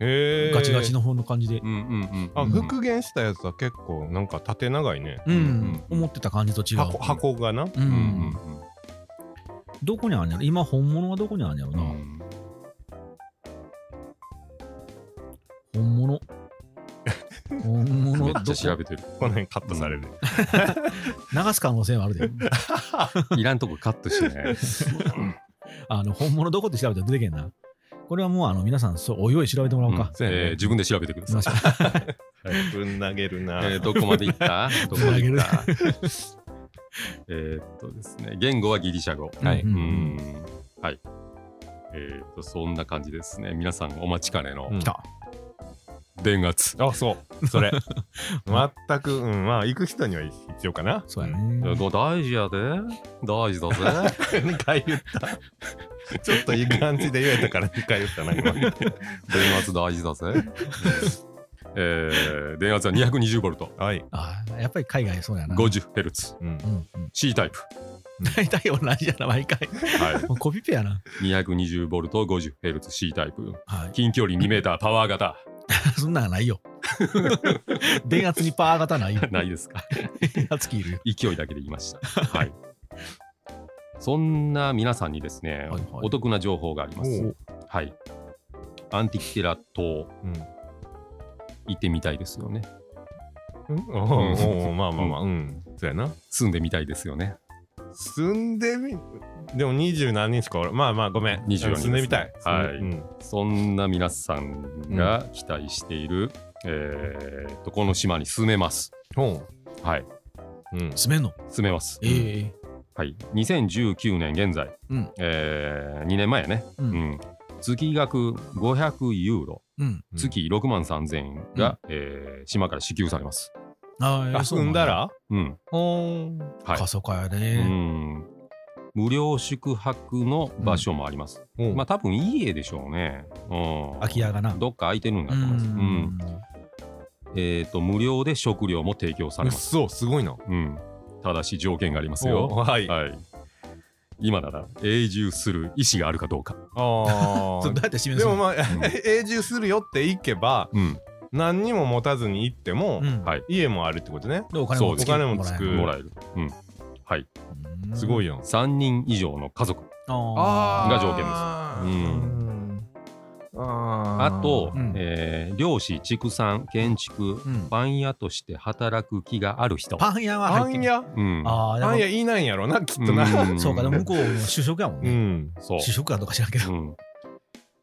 [SPEAKER 3] へえ
[SPEAKER 1] ガチガチの方の感じで。
[SPEAKER 2] うんうんうん
[SPEAKER 3] あ
[SPEAKER 2] うん
[SPEAKER 3] 復元したやつは結構なんか縦長いね
[SPEAKER 1] うん、
[SPEAKER 2] ん
[SPEAKER 1] 思ってた感じと違う。
[SPEAKER 3] 箱箱がな
[SPEAKER 1] うん
[SPEAKER 2] うんうん
[SPEAKER 1] どこにあるんやろ今本物はどこにあるんやろ
[SPEAKER 2] う
[SPEAKER 1] な、
[SPEAKER 2] んうん [LAUGHS]
[SPEAKER 1] 本物本物
[SPEAKER 2] めっち
[SPEAKER 1] ど
[SPEAKER 2] ゃ調
[SPEAKER 1] こ
[SPEAKER 2] べてる。
[SPEAKER 3] この辺カットされる。
[SPEAKER 1] 流す可能性もある
[SPEAKER 2] [LAUGHS]
[SPEAKER 1] で。
[SPEAKER 2] いらんとこカットしてね。
[SPEAKER 1] あの本物どこって調べたら出てけんな。これはもうあの皆さんそうおいおい調べてもらおうか。
[SPEAKER 2] うんえー自分で調べてくだ
[SPEAKER 1] い
[SPEAKER 2] さ
[SPEAKER 1] ま
[SPEAKER 2] い
[SPEAKER 1] す。
[SPEAKER 3] ぶん投げるな。
[SPEAKER 2] えーどこまで行ったどこまで行った [LAUGHS] えーっとですね、言語はギリシャ語。
[SPEAKER 1] はい
[SPEAKER 2] うんうんはい。えーっと、そんな感じですね。皆さんお待ちかねの
[SPEAKER 3] うん
[SPEAKER 1] 来た。。
[SPEAKER 2] 電圧。
[SPEAKER 3] あ、そう。それ。全く、うん、まあ、行く人には必要かな
[SPEAKER 1] そう
[SPEAKER 3] [LAUGHS]
[SPEAKER 1] やね。
[SPEAKER 2] だ大事やで。大事だぜ。
[SPEAKER 3] 2回言った。ちょっといい感じで言えたから2回言ったな、今。
[SPEAKER 2] 電圧大事だぜ。えー電圧は220ボルト、
[SPEAKER 3] はい。
[SPEAKER 1] あやっぱり海外そうやな。
[SPEAKER 2] 50ヘルツ、
[SPEAKER 3] うん
[SPEAKER 1] う。んうん
[SPEAKER 2] C タイプ。
[SPEAKER 1] 大体同じやな、毎
[SPEAKER 2] [LAUGHS]
[SPEAKER 1] 回。
[SPEAKER 2] は
[SPEAKER 1] もうコピペやな。
[SPEAKER 2] い。220ボルト、50ヘルツ、C タイプ。
[SPEAKER 1] はい。
[SPEAKER 2] 近距離2メーター、
[SPEAKER 1] [LAUGHS]
[SPEAKER 2] パワー型。
[SPEAKER 1] そんなんないよ。 [LAUGHS] 電圧にパー型ないよ。
[SPEAKER 2] [LAUGHS] ないですか。
[SPEAKER 1] 電圧器いるよ。
[SPEAKER 2] 勢いだけで言いました。はい。そんな皆さんにですね、
[SPEAKER 1] はいはい
[SPEAKER 2] お得な情報があります
[SPEAKER 3] お。
[SPEAKER 2] はい。アンティキテラ島行ってみたいですよね。
[SPEAKER 3] うん。おうおうおうまあまあまあ、うん。そうやな。
[SPEAKER 2] 住んでみたいですよね。
[SPEAKER 3] 住んでみ、でも二十何人しかおらんまあまあ、ごめん。
[SPEAKER 2] 20何人
[SPEAKER 3] 住んでみたい
[SPEAKER 2] で。すねはい
[SPEAKER 3] うん
[SPEAKER 2] そんな皆さんが期待している、えーっとこの島に住めます。
[SPEAKER 3] ほ
[SPEAKER 2] はい。
[SPEAKER 3] う。うん。
[SPEAKER 1] 住めんの
[SPEAKER 2] 住めます。
[SPEAKER 1] ええ
[SPEAKER 2] はい。2019年現在、
[SPEAKER 1] うん
[SPEAKER 2] え2年前ね、
[SPEAKER 1] う。
[SPEAKER 2] うんん月額500ユーロ、
[SPEAKER 1] うん。
[SPEAKER 3] うん
[SPEAKER 2] 月6万3000円が、えー島から支給されます。
[SPEAKER 1] あ
[SPEAKER 3] あ、
[SPEAKER 1] あ、そうな
[SPEAKER 3] 住
[SPEAKER 1] ん
[SPEAKER 3] んだら
[SPEAKER 2] うん。
[SPEAKER 3] ほーん。
[SPEAKER 2] はい
[SPEAKER 1] 過疎化や
[SPEAKER 2] う
[SPEAKER 1] ね。
[SPEAKER 2] ん無料宿泊の場所もあります。
[SPEAKER 3] ほう
[SPEAKER 2] まあ多分いい家でしょうね。うん、
[SPEAKER 1] 空き家がな。
[SPEAKER 2] どっか空いてるんだ
[SPEAKER 1] う
[SPEAKER 2] と思います。うん
[SPEAKER 1] ん。
[SPEAKER 2] えっ、と無料で食料も提供さ
[SPEAKER 3] う
[SPEAKER 2] れ
[SPEAKER 3] っ
[SPEAKER 2] ます。
[SPEAKER 3] そ、すごいな。
[SPEAKER 2] うん、ただし条件があります
[SPEAKER 3] おう
[SPEAKER 2] よ。
[SPEAKER 3] はい。あ
[SPEAKER 2] はい。今なら永住する意思があるかどうか。
[SPEAKER 3] あ [LAUGHS]
[SPEAKER 1] それどう
[SPEAKER 3] ー。
[SPEAKER 1] やって示
[SPEAKER 3] ですも
[SPEAKER 1] の
[SPEAKER 3] まあ、永住するよって行けば、
[SPEAKER 2] うん。
[SPEAKER 3] 何にも持たずに行っても、
[SPEAKER 1] うん
[SPEAKER 2] はい。
[SPEAKER 3] 家もあるってことね。
[SPEAKER 1] でお金もつけ
[SPEAKER 3] そうお金もつ
[SPEAKER 1] え
[SPEAKER 3] く
[SPEAKER 1] る
[SPEAKER 2] もらえる。うん。はい。
[SPEAKER 1] うん
[SPEAKER 3] すごいやん。
[SPEAKER 2] 三人以上の家族。
[SPEAKER 1] あ
[SPEAKER 2] ー
[SPEAKER 1] あ
[SPEAKER 2] が条件です
[SPEAKER 3] うん。あー
[SPEAKER 2] あと、
[SPEAKER 1] うん
[SPEAKER 2] えー漁師、畜産、建築、
[SPEAKER 1] うん
[SPEAKER 2] パン屋として働く気がある人。
[SPEAKER 1] パン屋は
[SPEAKER 3] パ
[SPEAKER 1] 入って
[SPEAKER 3] ン
[SPEAKER 1] る
[SPEAKER 3] 屋
[SPEAKER 2] うん。
[SPEAKER 1] ああ
[SPEAKER 3] パン
[SPEAKER 1] で
[SPEAKER 3] 屋いないんやろな、きっとな。
[SPEAKER 2] う
[SPEAKER 1] も [LAUGHS]
[SPEAKER 2] ん
[SPEAKER 1] そうかでも向こうも主食やもん
[SPEAKER 3] う
[SPEAKER 1] ね
[SPEAKER 3] ん。
[SPEAKER 2] そう。
[SPEAKER 1] 主食かどうか知らんけど
[SPEAKER 2] うん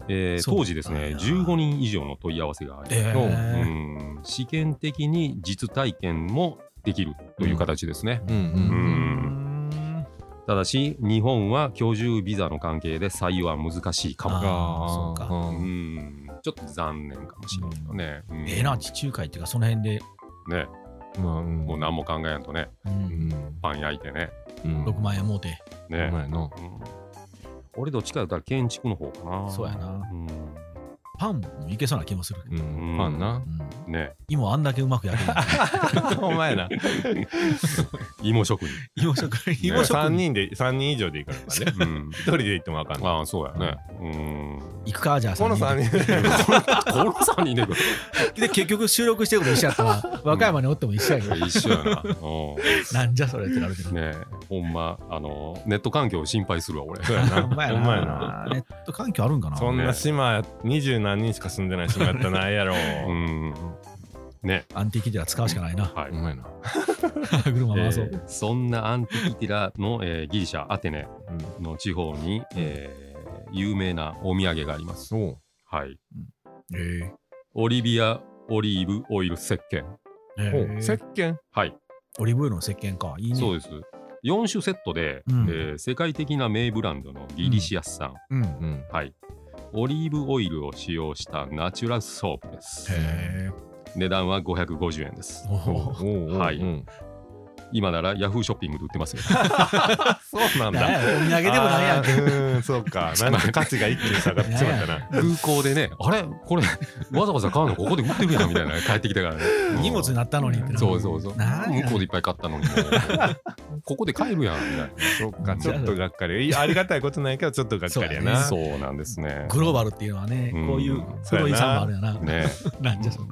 [SPEAKER 2] えー
[SPEAKER 1] そう
[SPEAKER 2] 当時ですね、15人以上の問い合わせがあり、
[SPEAKER 1] え
[SPEAKER 2] う
[SPEAKER 1] え
[SPEAKER 2] ん試験的に実体験もできるという形ですね。
[SPEAKER 3] うん。
[SPEAKER 2] んただし、日本は居住ビザの関係で採用は難しいかも。
[SPEAKER 1] あーそうか
[SPEAKER 2] うんんちょっと残念かもしれないよね。うん
[SPEAKER 1] ええな地中海っていうかその辺で
[SPEAKER 2] ね、
[SPEAKER 3] まあ、うん
[SPEAKER 2] もう何も考えんとね、
[SPEAKER 3] うん。
[SPEAKER 2] パン焼いてね。
[SPEAKER 3] うん
[SPEAKER 1] 6万円もうて
[SPEAKER 3] お
[SPEAKER 2] ね
[SPEAKER 3] 前の。
[SPEAKER 2] うん俺どっちかだったら建築の方かな。
[SPEAKER 1] そうやな
[SPEAKER 2] うん
[SPEAKER 1] パンもいけそうな気もする
[SPEAKER 3] う
[SPEAKER 2] うん
[SPEAKER 3] ん。パンな [LAUGHS]
[SPEAKER 1] う。ん
[SPEAKER 2] ね、
[SPEAKER 1] 芋あんだけうまく焼ける
[SPEAKER 3] お前な。
[SPEAKER 2] 芋職人。
[SPEAKER 1] 芋食芋食
[SPEAKER 3] 3人で、三人以上でいいからね。
[SPEAKER 2] うん
[SPEAKER 3] 一人で行ってもわかんない。
[SPEAKER 2] ああ、そうやね。うん。
[SPEAKER 1] 行くかじゃあ
[SPEAKER 3] この
[SPEAKER 1] 三
[SPEAKER 3] 3
[SPEAKER 1] 人
[SPEAKER 3] 人で。
[SPEAKER 2] この3人で行く
[SPEAKER 1] でで結局収録してること一緒やったわ
[SPEAKER 3] [LAUGHS]
[SPEAKER 1] 和歌山におっても一緒やけど
[SPEAKER 2] 一緒やな。お
[SPEAKER 1] なんじゃそれってなるけど
[SPEAKER 2] ねえ、ほんま、あの、ネット環境を心配するわ、俺。
[SPEAKER 3] そうやな。
[SPEAKER 1] [LAUGHS] ほんまや
[SPEAKER 3] ほんまやな。
[SPEAKER 1] なネット環境あるんかな
[SPEAKER 3] そんな島、二十何人しか住んでない島やったらないやろ。
[SPEAKER 2] うん。ね、
[SPEAKER 1] アンティーキでは使うしかないな
[SPEAKER 2] はい。
[SPEAKER 3] お前な。
[SPEAKER 1] [LAUGHS] 車
[SPEAKER 2] え
[SPEAKER 1] 回そう
[SPEAKER 2] ーそんなアンティキティラの、えーギリシャアテネの地方に、えー有名なお土産があります。
[SPEAKER 3] そう。
[SPEAKER 2] はい。
[SPEAKER 1] ええ
[SPEAKER 2] オリビアオリーブオイル石鹸。
[SPEAKER 3] ほ
[SPEAKER 1] え
[SPEAKER 3] う
[SPEAKER 1] え
[SPEAKER 3] 石鹸
[SPEAKER 2] はい。
[SPEAKER 1] オリーブオイルの石鹸か。いいね。
[SPEAKER 2] そうです。4種セットで、
[SPEAKER 1] うん
[SPEAKER 2] えー世界的な名ブランドのギリシア産、
[SPEAKER 1] うん。
[SPEAKER 3] うん。
[SPEAKER 2] はい。オリーブオイルを使用したナチュラルソープです。
[SPEAKER 1] へえ。
[SPEAKER 2] 値段は550円です
[SPEAKER 1] お。お。
[SPEAKER 2] は
[SPEAKER 3] おはいい。
[SPEAKER 2] 今ならヤフーショッピングで売ってます
[SPEAKER 1] [LAUGHS]
[SPEAKER 2] よ。
[SPEAKER 3] そうなん
[SPEAKER 1] なん
[SPEAKER 3] だ。
[SPEAKER 1] やお土産でもないやんけ。
[SPEAKER 3] あーうーん、そうか。なんか価値が一気に下がっちまったな。
[SPEAKER 2] [LAUGHS] 空港でね、あれこれ、わざわざ買うのここで売ってるやんみたいな、帰ってきたからね。うん
[SPEAKER 1] [LAUGHS] 荷物になったのにってな。
[SPEAKER 2] そうそうそう。
[SPEAKER 1] なんや
[SPEAKER 2] 向こうでいっぱい買ったのに、
[SPEAKER 1] [LAUGHS]
[SPEAKER 2] もうここで買えるやんみ
[SPEAKER 3] そうか、ちょっとがっかり。いやありがたいことないけど、ちょっとがっかり
[SPEAKER 2] た
[SPEAKER 3] や
[SPEAKER 1] [LAUGHS]
[SPEAKER 2] いな。
[SPEAKER 3] な。
[SPEAKER 2] そうなんですね。
[SPEAKER 1] グローバルっていうのはね、
[SPEAKER 2] うん
[SPEAKER 1] こういう古いさもあるやな。
[SPEAKER 2] ね
[SPEAKER 1] [LAUGHS] なんじゃそれ。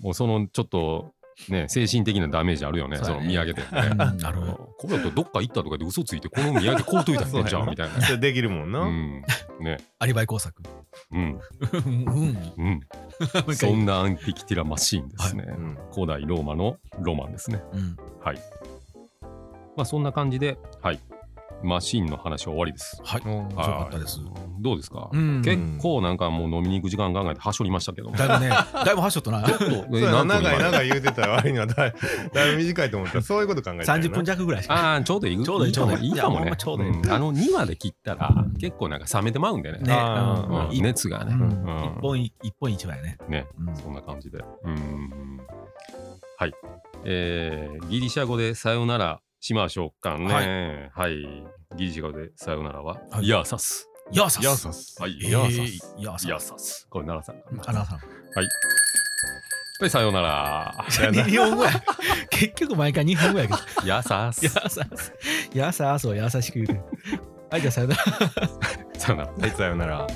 [SPEAKER 2] もうそのちょっと、ね、精神的なダメージあるよね、
[SPEAKER 1] そう
[SPEAKER 2] そ
[SPEAKER 1] だ
[SPEAKER 2] の
[SPEAKER 1] ね
[SPEAKER 2] 土産で。
[SPEAKER 1] うん [LAUGHS] なるほど。
[SPEAKER 2] これだとどっか行ったとかで嘘ついて、この土産買うといたんねじゃんみたいな。
[SPEAKER 3] それできるもんな。
[SPEAKER 2] うん。ね。
[SPEAKER 1] アリバイ工作。
[SPEAKER 2] うん。
[SPEAKER 1] [LAUGHS] うん。
[SPEAKER 2] うん。
[SPEAKER 1] う一回
[SPEAKER 2] そんなアンティキティラマシーンですね、
[SPEAKER 3] うん
[SPEAKER 2] 古代ローマのロマンですね
[SPEAKER 1] うん
[SPEAKER 2] はいまあそんな感じではいマシーンの話は終わりです
[SPEAKER 1] はい。
[SPEAKER 3] お
[SPEAKER 1] 面白
[SPEAKER 3] ー
[SPEAKER 1] かったです
[SPEAKER 2] はいどうですか、
[SPEAKER 1] うん
[SPEAKER 2] 結構なんかもう飲みに行く時間考えてはしょりましたけども
[SPEAKER 1] だいぶね、
[SPEAKER 2] [LAUGHS]
[SPEAKER 1] だいぶはしょったな。
[SPEAKER 2] ちょっと
[SPEAKER 3] そう
[SPEAKER 2] え
[SPEAKER 3] やな
[SPEAKER 2] 何分
[SPEAKER 3] 長い
[SPEAKER 2] 今
[SPEAKER 3] 長い言うてた割にはだいだいぶ短いと思ったらそういうこと考えてたよな
[SPEAKER 1] 30分弱ぐらいしか。
[SPEAKER 2] ああ、ちょうどいい。
[SPEAKER 1] ちょうどいいちょうどいい
[SPEAKER 2] いいかも
[SPEAKER 1] いやほん
[SPEAKER 2] ね。
[SPEAKER 1] まちょうどいい
[SPEAKER 2] んあの2話で切ったら、結構なんか冷めてまうんでね。
[SPEAKER 1] ね、
[SPEAKER 3] あ
[SPEAKER 1] うん
[SPEAKER 3] ー
[SPEAKER 2] うん
[SPEAKER 1] 一
[SPEAKER 2] 熱がね。
[SPEAKER 1] う
[SPEAKER 2] うんん
[SPEAKER 1] 一本い一本一話やね。
[SPEAKER 2] ね、
[SPEAKER 1] うん
[SPEAKER 2] そんな感じで。うん。はい。えーギリシャ語でさよならしましょうかね。はい。ギリシャ語でさよならは、
[SPEAKER 1] はい
[SPEAKER 2] ヤーサス。
[SPEAKER 1] ヤーサス。
[SPEAKER 3] ヤーサス
[SPEAKER 2] はい。
[SPEAKER 1] えー
[SPEAKER 2] ヤーサス。
[SPEAKER 1] ヤーサス
[SPEAKER 2] ヤーサス。これ奈良さんかな。
[SPEAKER 1] あらさん。
[SPEAKER 2] はい、さよ
[SPEAKER 1] [LAUGHS]
[SPEAKER 2] なら。
[SPEAKER 1] 日本語や。結局毎回日本語やけど。
[SPEAKER 2] [LAUGHS] ヤーサ
[SPEAKER 1] [LAUGHS]
[SPEAKER 2] ス
[SPEAKER 1] ヤ。ーサス。ヤーサスを優しく言うてる。はい、じゃあさよなら。
[SPEAKER 2] さよなら。
[SPEAKER 3] はいさようなら